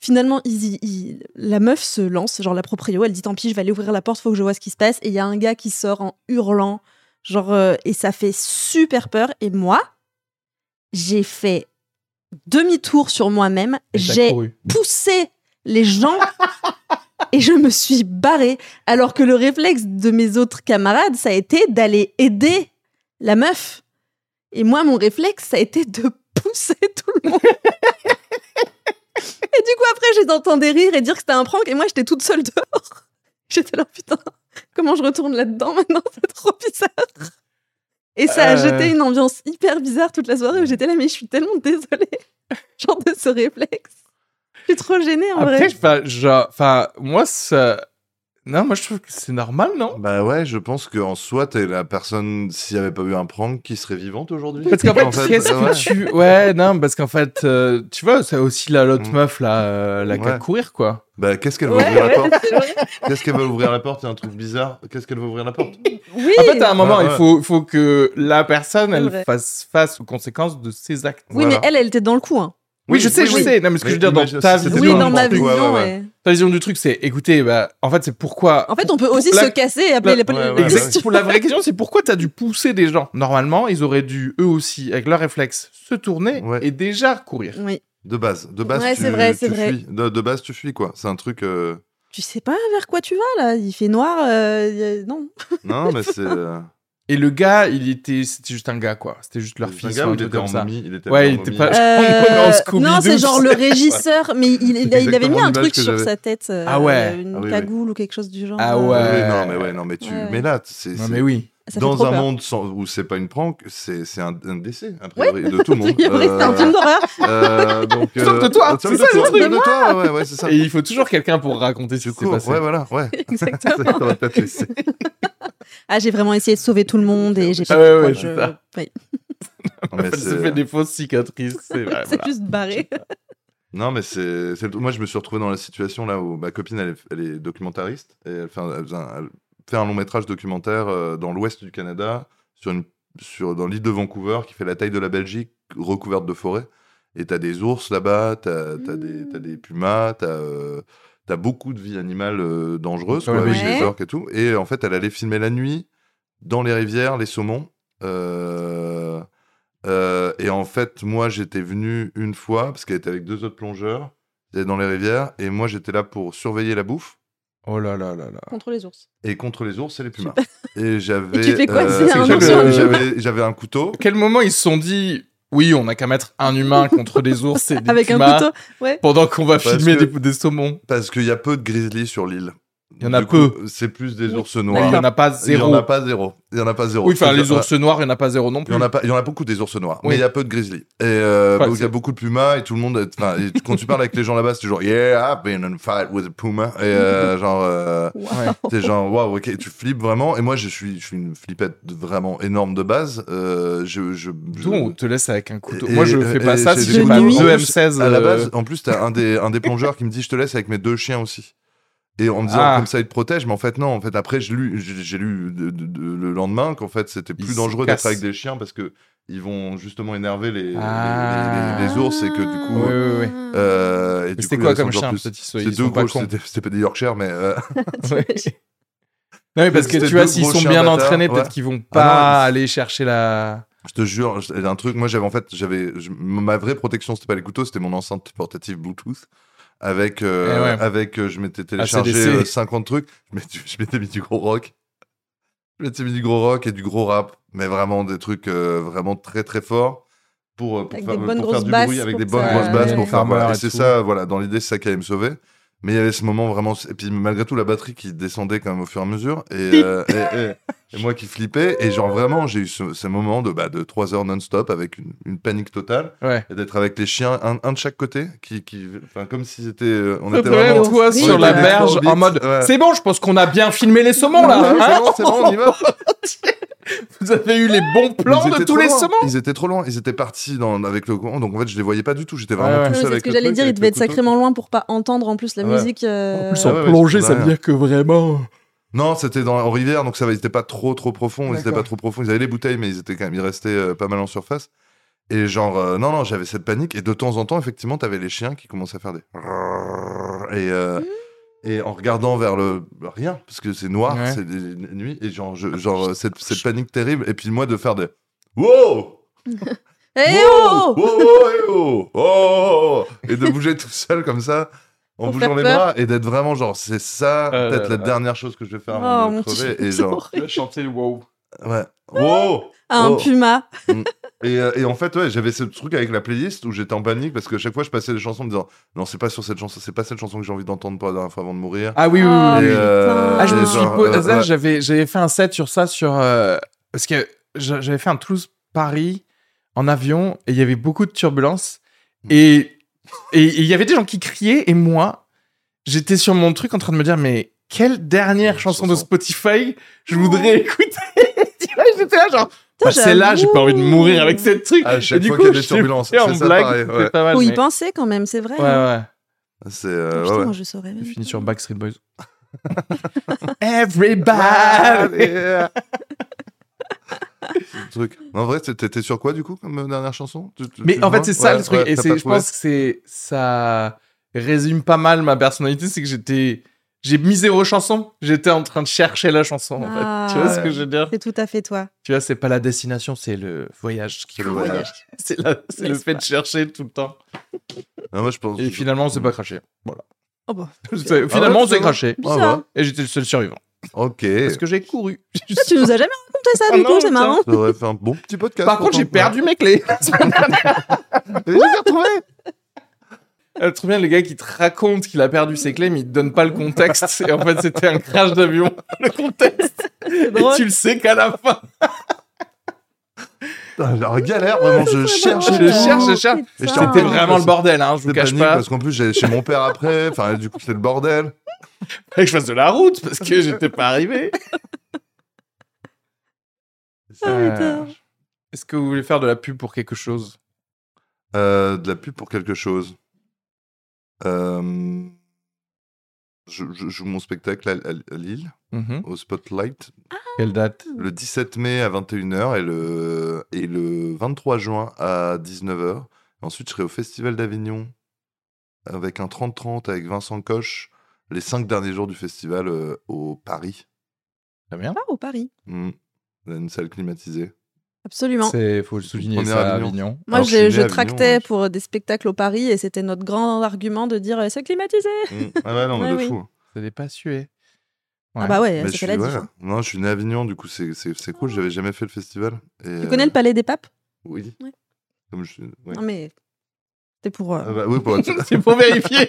C: Finalement, ils y- ils- la meuf se lance, genre la proprio, elle dit tant pis, je vais aller ouvrir la porte, faut que je vois ce qui se passe. Et il y a un gars qui sort en hurlant, genre, euh, et ça fait super peur. Et moi, j'ai fait demi-tour sur moi-même,
B: Et t'as
C: j'ai
B: couru.
C: poussé les gens et je me suis barrée. Alors que le réflexe de mes autres camarades, ça a été d'aller aider la meuf. Et moi, mon réflexe, ça a été de pousser tout le monde. et du coup, après, j'ai entendu rire et dire que c'était un prank. Et moi, j'étais toute seule dehors. J'étais là, putain, comment je retourne là-dedans maintenant C'est trop bizarre. Et ça
B: Euh.
C: a jeté une ambiance hyper bizarre toute la soirée où j'étais là, mais je suis tellement désolée. Genre de ce réflexe. Je suis trop gênée en
B: Après,
C: vrai.
B: enfin, je- enfin, moi, ça... Non, moi, je trouve que c'est normal, non
A: Bah ouais, je pense qu'en soi, t'es la personne, s'il n'y avait pas eu un prank, qui serait vivante aujourd'hui.
B: Parce qu'en fait,
A: En fait, bah,
B: qu'est-ce
A: ouais.
B: que tu... Ouais, non, parce qu'en fait, euh, tu vois, c'est aussi la l'autre
A: Mm.
B: meuf, là, euh, la qui a
A: Ouais.
B: courir, quoi.
A: Bah, qu'est-ce qu'elle va
C: Ouais,
A: ouvrir la
C: ouais,
A: porte
C: c'est vrai.
A: Qu'est-ce qu'elle va ouvrir la porte Il y a un truc bizarre. Qu'est-ce qu'elle va ouvrir la porte
C: Oui.
B: Ah, En fait, à un moment,
A: Ouais,
B: il
A: ouais.
B: faut, faut que la personne,
C: C'est
B: elle
C: vrai.
B: fasse face aux conséquences de ses actes.
C: Oui,
A: Voilà.
C: mais elle, elle était dans le coup. hein.
B: Oui, je sais,
A: oui,
B: je
A: oui.
B: sais. Non, mais ce que je
A: Mais
B: veux dire, dans
A: imagine-
B: ta
A: c'était
B: vision,
A: C'était
C: Oui,
A: dans
C: dans
A: le
C: ma
A: coup, ouais,
C: vision.
A: ouais,
C: ouais.
B: ta vision du truc, c'est, écoutez, bah, en fait, c'est pourquoi...
C: En fait, on peut aussi
B: La-
C: se casser et appeler
B: la-
C: la police.
A: Ouais, ouais,
B: Exact.
A: bah
B: Pour la vraie question, c'est pourquoi t'as dû pousser des gens. Normalement, ils auraient dû, eux aussi, avec leur réflexe, se tourner
A: Ouais.
B: et déjà courir.
C: Oui.
A: De base, de base,
C: Ouais,
A: tu,
C: c'est vrai,
A: tu
C: c'est vrai.
A: fuis. De, de base, tu fuis, quoi. C'est un truc... euh,
C: Tu sais pas vers quoi tu vas là. Il fait noir. euh, y a- Non.
A: Non, mais c'est... euh,
B: Et le gars, il était, c'était juste un gars, quoi. C'était juste leur
A: c'est un
B: fils,
A: gars
B: un
A: où il
B: truc
A: était
B: comme
A: en
B: ça.
A: momie, il était
B: Ouais,
A: en
B: il était
A: momie.
B: pas- On est en Scooby-Doo,
C: Euh, non, c'est genre le
B: c'est-
C: régisseur, mais il, il- il avait
A: exactement
C: mis un
A: l'image
C: truc
A: que
C: sur
A: j'avais.
C: sa tête, euh,
B: Ah ouais.
C: une
A: Ah oui, oui.
C: cagoule ou quelque chose du genre.
B: Ah
C: Euh,
B: ouais.
A: Oui, oui, non, mais ouais, non, mais tu...
C: Ouais, ouais.
A: Mais là, c'est...
B: Non,
A: c'est-
B: mais oui.
C: Ça fait
A: dans
C: trop
A: un
C: peur.
A: monde sans- où c'est pas une prank, c'est c'est un, un décès, a priori, de tout le monde.
C: C'est vrai, c'est un film d'horreur.
A: Euh, donc,
B: Sauf de toi,
A: sauf
B: c'est ça, le
A: toi,
B: truc.
A: sauf de toi, ouais, ouais, c'est ça.
B: Et il faut toujours quelqu'un pour raconter ce
A: Tu
B: qui s'est
A: cours,
B: passé.
A: ouais, voilà, ouais.
C: Exactement.
A: Ça, t'aurais peut-être laissé.
C: Ah, j'ai vraiment essayé de sauver tout le monde et j'ai
B: Ah
C: pas
B: ouais,
C: pu, quoi,
B: ouais,
C: je-
B: c'est ça.
C: ouais.
A: Non, mais
B: Elle se
A: c'est-
B: fait des fausses cicatrices. C'est ouais,
C: C'est
B: Ah, voilà.
C: juste barré.
A: Non, mais c'est. c'est- Moi, je me suis retrouvé dans la situation là où ma copine, elle est, elle est documentariste. Et elle fait un, elle faisait un- elle fait un long métrage documentaire euh, dans l'ouest du Canada, sur une, sur, dans l'île de Vancouver, qui fait la taille de la Belgique, recouverte de forêts. Et t'as des ours là-bas, t'as t'as des,
C: Mm.
A: t'as des pumas, t'as. euh, T'as beaucoup de vie animale euh, dangereuse,
B: Dans la
A: quoi, avec
C: Belgique.
A: les orques et tout. Et en fait, elle allait filmer la nuit dans les rivières, les saumons. Euh, euh, et en fait, moi, j'étais venu une fois, parce qu'elle était avec deux autres plongeurs, elle était dans les rivières, et moi, j'étais là pour surveiller la bouffe,
B: Oh là là là là.
C: contre les ours.
A: et contre les ours et les pumas. Et j'avais euh,
C: Et tu fais quoi, c'est
B: un
A: j'avais-
B: ours
A: j'avais- J'avais un couteau,
B: À quel moment ils se sont dit oui, on a qu'à mettre un humain contre des ours et des
C: Avec un
B: pumas
C: couteau. Ouais.
B: pendant qu'on va
A: Parce
B: filmer
A: que-
B: des, des saumons.
A: parce qu'il y a peu de grizzlies sur l'île.
B: Il y en a
A: Du coup, C'est plus des
C: Oui. Bah,
A: ours
B: Il n'y
A: noirs.
B: en a pas
A: Il n'y
B: zéro.
A: en a pas zéro. Il y en a pas zéro.
B: Oui, enfin,
A: C'est-à-dire,
B: les ours noirs, il n'y en a pas zéro non
A: Il
B: plus.
A: y, en a pas, il y en a beaucoup des ours noirs,
B: Oui.
A: mais il y a peu de grizzlies. Et euh,
B: Enfin,
A: donc, il y
B: c'est-
A: a beaucoup de pumas et tout le monde. est- Enfin, et quand tu parles avec les gens là-bas, c'est toujours Yeah, I've been in a fight with a puma. Et euh, genre, euh,
B: Ouais.
A: t'es genre, waouh, ok, tu flippes vraiment. Et moi, je suis, je suis une flippette vraiment énorme de base. Euh, je, je, je-
B: D'où on te laisse avec un couteau.
A: Et-
B: Moi, je fais pas
A: et
B: ça
A: j'ai
B: si
C: des
B: j'ai pas deux
C: couteaux.
B: M16.
A: à la
B: euh,
A: base, en plus, t'as un des, un des plongeurs qui me dit Je te laisse avec mes deux chiens aussi. Et en me disant
B: Ah.
A: comme ça, il te protège. Mais en fait, non. En fait, après, j'ai lu, j'ai j'ai lu de- de- de- le lendemain qu'en fait, c'était
B: Ils
A: plus
B: se
A: dangereux d'être
B: cassent.
A: avec des chiens parce que ils vont justement énerver les, les-
B: Ah.
A: les- les- les ours et que du coup.
B: Oui, oui, oui.
A: euh, et
B: mais
A: du
B: C'était
A: coup,
B: quoi
A: ils sont
B: comme
A: genre
B: chien
A: plus-
B: peut-être, ils sont-
A: C'est
B: ils
A: deux
B: sont pas
A: gros,
B: cons.
A: c'était c'était pas des Yorkshire, mais. euh,
B: Ouais. Non, mais parce que
A: C'était
B: tu vois,
A: deux
B: s'ils
A: gros
B: sont
A: chiens
B: bien
A: bâtards,
B: entraînés, peut-être
A: ouais.
B: qu'ils vont
A: Ah non,
B: pas
A: mais-
B: aller chercher la.
A: Je te jure, j'ai un truc. Moi, j'avais en fait, j'avais je- ma vraie protection, c'était pas les couteaux, c'était mon enceinte portative Bluetooth. Avec, euh,
B: Eh ouais.
A: avec, euh, je m'étais téléchargé
B: ACDC.
A: euh, 50 trucs. Je m'étais, je m'étais mis du gros rock. Je m'étais mis du gros rock et du gros rap, mais vraiment des trucs euh, vraiment très très forts pour, euh, pour
C: Avec
A: faire,
C: des bonnes
A: pour faire
C: grosses
A: du
C: basses
A: bruit avec
C: pour
A: des
C: que
A: bonnes
C: ça-
A: grosses basses
C: Ouais.
A: pour faire
B: Farmer
A: voilà. Et
B: et
A: c'est
B: tout.
A: ça, voilà, dans l'idée, c'est ça qui allait me sauver. Mais il y avait ce moment vraiment. Et puis malgré tout, la batterie qui descendait quand même au fur et à mesure. Et, euh, et- et- et moi qui flippais. Et genre vraiment, j'ai eu ce, ce moment de, bah, de 3 heures non-stop avec une, une panique totale.
B: Ouais.
A: Et d'être avec les chiens, un, un de chaque côté. qui, qui enfin, Comme si c'était. euh, On était
B: Vraiment,
A: vraiment.
C: au
B: toi
C: fric.
B: sur
C: Oui,
B: la
C: des
B: berge
A: orbites,
B: en mode.
A: ouais.
B: C'est bon, je pense qu'on a bien filmé les saumons là.
A: Ouais,
B: hein
A: c'est bon, c'est bon, on y va.
B: Vous avez eu les bons plans
A: Ils
B: de
A: étaient
B: tous
A: trop
B: les
A: loin.
B: saumons.
A: Ils étaient trop loin. Ils étaient partis dans, avec le courant. Donc en fait, je les voyais pas du tout. J'étais
B: Ouais,
A: vraiment
B: ouais.
A: tout
C: Oui,
A: seul
C: c'est ce
A: avec
C: que
A: le
C: j'allais
A: truc,
C: dire, il
A: avec
C: devait
A: le
C: être sacrément loin pour pas entendre en plus la
A: Ouais.
C: musique. euh,
B: En plus,
A: Ah
B: en
A: ouais, ouais,
B: plongée,
A: c'est
B: ça veut
A: vrai.
B: dire que vraiment.
A: Non, c'était dans en rivière, donc ça va. Ils étaient pas trop trop profonds. Ils étaient
B: D'accord.
A: pas trop profonds. Ils avaient les bouteilles, mais ils étaient quand même. Ils restaient euh, pas mal en surface. Et genre, euh, non, non, j'avais cette panique. Et de temps en temps, effectivement, t'avais les chiens qui commençaient à faire des. Et, euh, et en regardant vers le. Rien, parce que c'est noir,
B: Ouais.
A: c'est des des nuits. Et genre, je- genre euh, cette, cette panique terrible. Et puis moi, de faire des. Wow!
C: Eh
A: Wow
C: oh
A: Wow, wow, eh oh Oh Et de bouger tout seul comme ça, en
C: Pour
A: bougeant
C: faire
A: les
C: peur.
A: bras, et d'être vraiment genre, c'est ça,
B: Euh,
A: peut-être la
B: euh,
A: dernière chose que je vais faire
C: Oh,
A: avant de
C: mon
A: crever.
C: Dieu,
A: Et
C: c'est
A: genre,
C: horrible.
B: chanter le wow.
A: ouais. Wow
C: Un
A: Oh.
C: puma.
A: et, euh, et en fait, ouais, j'avais ce truc avec la playlist où j'étais en panique parce que chaque fois je passais les chansons en me disant non, c'est pas sur cette chanson, c'est pas cette chanson que j'ai envie d'entendre pour la dernière fois avant de mourir.
B: Ah oui, oui, oui.
C: Ah,
B: oui.
A: et,
C: putain.
A: euh,
B: Ah, je me
A: et
B: suis
A: genre,
B: posé.
A: euh,
B: ça,
A: ouais.
B: j'avais, j'avais fait un set sur ça, sur. euh, parce que j'a- j'avais fait un Toulouse-Paris en avion et il y avait beaucoup de turbulences.
A: Hmm.
B: Et et- et il y avait des gens qui criaient et moi, j'étais sur mon truc en train de me dire, mais quelle dernière chanson de
A: Chanson.
B: Spotify je voudrais écouter Tu vois, j'étais là, genre.
C: Putain,
B: bah, celle-là, j'ai pas envie de mourir avec
C: j'avoue.
B: ce truc.
A: À
B: et
A: chaque
B: du
A: fois
B: coup,
A: qu'il y a
B: je
A: des
B: l'ai
A: turbulences,
B: fait en
A: c'est ça
B: blague,
A: pareil.
B: c'était
A: ouais.
B: pas mal.
C: Faut y
B: mais-
C: penser quand même, c'est vrai.
B: Ouais, ouais.
A: C'est euh,
C: Putain,
A: ouais.
C: moi, je saurais même.
B: J'ai fini
C: pas.
B: sur Backstreet Boys. Everybody!
A: Ce truc. En vrai, t'é- t'étais sur quoi du coup comme euh, dernière chanson Tu- tu-
B: Mais
A: tu
B: en fait,
A: vois
B: c'est ça
A: Ouais,
B: le truc.
A: ouais,
B: et
A: t'as
B: c'est,
A: pas
B: je
A: trouvé.
B: pense que c'est, ça résume pas mal ma personnalité. C'est que j'étais. J'ai mis zéro chanson. J'étais en train de chercher la chanson, en
C: Ah.
B: fait. Tu vois ce que je veux dire
C: C'est tout à fait toi.
B: Tu vois, c'est pas la destination, c'est le voyage qui
A: C'est le
B: compte.
A: voyage.
B: C'est, la- c'est le
C: N'est-ce
B: fait
C: pas
B: de chercher tout le temps.
A: Ah, moi, je pense.
B: Et finalement, on s'est pas craché. Voilà.
C: Oh bah.
B: C'est-
A: Ah ouais,
B: finalement, on s'est
A: c'est bon.
B: craché.
A: Ah,
C: Bizarre.
A: ouais.
B: Et j'étais le seul survivant.
A: Ok.
B: Parce que j'ai couru.
C: Tu nous as jamais raconté ça,
B: Ah
C: du
B: non,
C: coup, c'est
B: putain.
C: marrant.
A: Ça aurait fait un bon petit podcast.
B: Par contre,
A: pourtant.
B: j'ai perdu mes clés.
A: Et je les ai retrouvées.
B: Euh, Trop bien, le gars qui te raconte qu'il a perdu ses clés, mais il te donne pas le contexte. Et en fait, c'était un crash d'avion. Le contexte.
C: C'est
B: Et
C: drôle.
B: tu le sais qu'à la fin.
A: Putain, Genre, galère, vraiment, je cherche.
C: bah,
B: Je cherche, je cherche.
A: Et je t'en
B: C'était
A: C'était
B: vraiment le bordel, hein, je vous
A: C'est
B: cache
A: panique
B: pas.
A: parce qu'en plus j'allais chez mon père après, enfin du coup c'était le bordel.
B: Fallait que je fasse de la route parce que j'étais pas arrivé.
C: Ah, putain.
B: Est-ce que vous voulez faire de la pub pour quelque chose
A: Euh, de la pub pour quelque chose. Euh, Je, je joue mon spectacle à- à- à Lille,
B: Mhm.
A: au Spotlight,
B: Quelle date
A: le 17 mai à 21h et le, et le 23 juin à 19h. Ensuite, je serai au Festival d'Avignon avec un 30-30 avec Vincent Coche les cinq derniers jours du festival euh, au Paris.
B: Très bien.
C: Ah, au Paris.
A: Mm. une salle climatisée.
C: Absolument.
B: C'est faut le souligner
A: Première
B: ça à
A: Avignon.
B: Avignon.
C: Moi,
A: Alors, je suis
C: je,
A: né
C: je
A: à Avignon,
C: tractais
A: hein.
C: pour euh, des spectacles au Paris et c'était notre grand argument de dire euh, c'est climatisé.
A: Mm. Ah ouais, non, mais
C: Ouais,
A: de
C: oui.
A: fou.
B: Ça n'est pas sué.
C: Ah bah ouais,
A: Mais
C: c'est
A: je
C: qu'elle
A: suis,
C: a dit.
A: ouais. Non, je suis né à Avignon, du coup, c'est- c'est c'est cool. J'avais jamais fait le festival. Et, euh,
C: Tu connais le Palais des Papes
A: Oui.
C: Ouais. Ah.
A: Comme je suis- ouais.
C: Non, mais c'était pour. euh,
A: Ah bah oui, pour être-
B: C'est pour vérifier.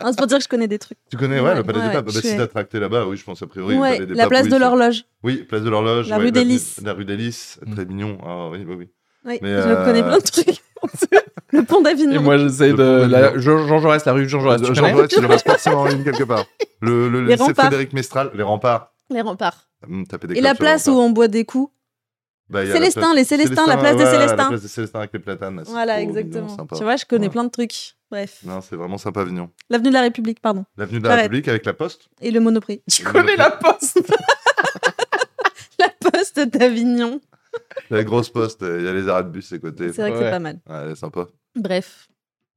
C: hein, c'est pour dire que je connais des trucs.
A: tu connais, ouais, le palais
C: Ouais,
A: des papes.
C: ouais,
A: Bah,
C: je
A: si
C: suis-
A: t'as tracté là-bas, oui, je pense a priori. le
C: ouais,
A: Palais des
C: la
A: Papes,
C: place
A: oui,
C: de
A: c'est-
C: l'horloge.
A: Oui, place de l'horloge.
C: La
A: ouais,
C: rue des
A: pla-
C: Lys.
A: La rue des Lys,
B: Mm.
A: très mignon. Ah oui, oui, oui.
C: Oui, je
A: Mais, euh,
C: connais plein de trucs. le pont
B: Et
C: d'Avignon.
B: moi j'essaie
A: Le
B: de
A: pont
B: la...
A: d'Avignon.
B: Jean Jean Jaurès, la rue Jean Jaurès. Tu
A: Jean
B: connais
A: Jaurès, il en reste forcément une quelque part. Le, le
C: Les
A: lycée
C: remparts.
A: Frédéric Mistral, les remparts.
C: Les remparts.
A: Hum, taper des
C: Et la
A: clopes sur
C: place
A: les
C: où
A: remparts.
C: on boit des coups.
A: Bah, il y a la place-
C: Célestin, les Célestins, la place
A: ouais,
C: de
A: ouais,
C: Célestin.
A: La place de Célestin avec les platanes. là, c'est
C: Voilà,
A: trop mignon,
C: exactement.
A: sympa.
C: Tu vois, je connais
A: Ouais.
C: plein de trucs. Bref.
A: Non, c'est vraiment sympa, Avignon.
C: L'avenue de la République, pardon.
A: L'avenue de la
C: J'arrête.
A: République avec la poste.
C: Et le Monoprix.
B: Tu connais la poste
C: La poste d'Avignon.
A: La grosse poste. euh, Il y a les arrêts de bus à côté.
C: C'est vrai que c'est
B: Ouais.
C: pas mal.
A: Ouais, elle est sympa.
C: Bref.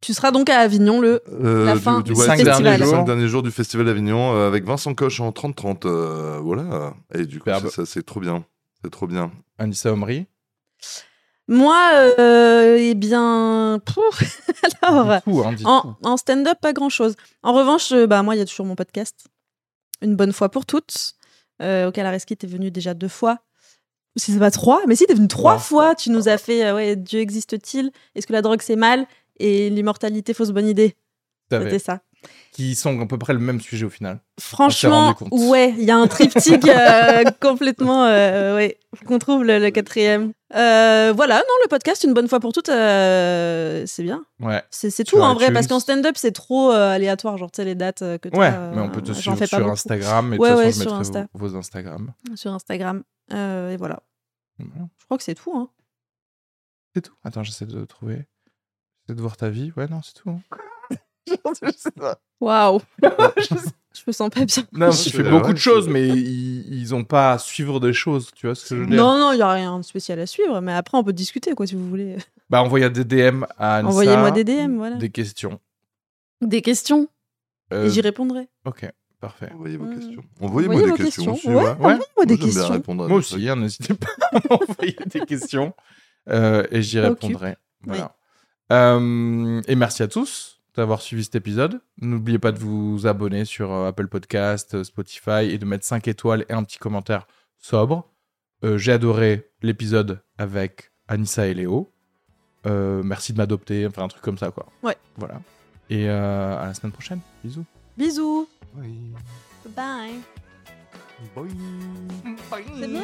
C: Tu seras donc à Avignon le.
A: Euh,
C: La fin
B: du cinq
A: festival.
B: derniers
A: Les cinq
B: jours.
A: derniers jours du Festival d'Avignon euh, avec Vincent Coche en 30-30. euh, voilà. Et du coup,
B: Superbe.
A: c'est- ça, c'est trop bien. C'est trop bien.
B: Anissa Omri.
C: Moi, euh, eh bien. pouf, Alors.
B: Dites tout, hein, dites
C: Oh, En,
B: tout.
C: en stand-up, pas grand-chose. En revanche, euh, bah, moi, il y a toujours mon podcast, Une bonne fois pour toutes, euh, auquel Areski t'es venu déjà deux fois. Ou Si c'est pas trois, mais si t'es venu trois
B: Trois.
C: fois, tu nous as fait euh, ouais, Dieu existe-t-il Est-ce que la drogue c'est mal Et l'immortalité, fausse bonne idée.
B: Vous savez,
C: C'était ça.
B: Qui sont à peu près le même sujet au final.
C: Franchement,
B: rendu compte.
C: ouais, il y a un triptyque euh, complètement. euh, ouais, faut qu'on trouve le, le quatrième. Euh, voilà, non, le podcast, une bonne fois pour toutes, euh, c'est bien.
B: Ouais.
C: C'est c'est tout
B: Sur
C: en vrai,
B: iTunes.
C: parce qu'en stand-up, c'est trop euh, aléatoire. Genre, tu sais, les dates euh, que tu
B: Ouais, mais on peut te suivre sur Instagram. Et
C: Ouais,
B: de toute
C: ouais,
B: façon, je
C: sur
B: mettrai
C: Insta.
B: vos, vos Instagram.
C: Sur Instagram. Euh, et voilà.
B: Voilà.
C: Je crois que c'est tout. Hein.
B: C'est tout. Attends, j'essaie de trouver. J'essaie de voir ta vie. Ouais, non, c'est tout. hein. je sais pas.
C: Waouh Je me sens pas bien.
B: Non,
A: parce
B: tu
A: que,
B: fais
A: euh,
B: beaucoup
A: ouais,
B: de choses,
A: c'est-
B: mais ils, ils ont pas à suivre des choses. Tu vois ce que je veux dire
C: Non, non, il n'y a rien de spécial à suivre, mais après, on peut discuter, quoi, si vous voulez.
B: Bah, envoyez des DM à Anissa.
C: Envoyez-moi des DM, voilà.
B: Des questions.
C: Des questions,
B: Euh,
C: et j'y répondrai.
B: ok, parfait.
A: Envoyez vos
C: Mm.
A: questions. Envoyez-moi
C: Envoyez
A: des
C: vos
A: questions.
C: questions,
A: aussi,
C: ouais.
A: ouais.
B: Ouais.
A: Moi,
C: Envoyez-moi des
A: j'aime bien
C: questions.
A: répondre à
B: Moi
A: des trucs.
B: aussi, hein, n'hésitez pas à m'envoyer des questions euh, et j'y
C: Ça occupe.
B: répondrai. Voilà. Euh, et merci à tous d'avoir suivi cet épisode. N'oubliez pas de vous abonner sur euh, Apple Podcast, euh, Spotify et de mettre 5 étoiles et un petit commentaire sobre. Euh, J'ai adoré l'épisode avec Anissa et Léo. Euh, merci de m'adopter, enfin un truc comme ça quoi.
C: Ouais.
B: Voilà. Et euh, à la semaine prochaine. Bisous.
C: Bisous.
A: Oui.
C: Bye.
A: Bye.
C: C'est bien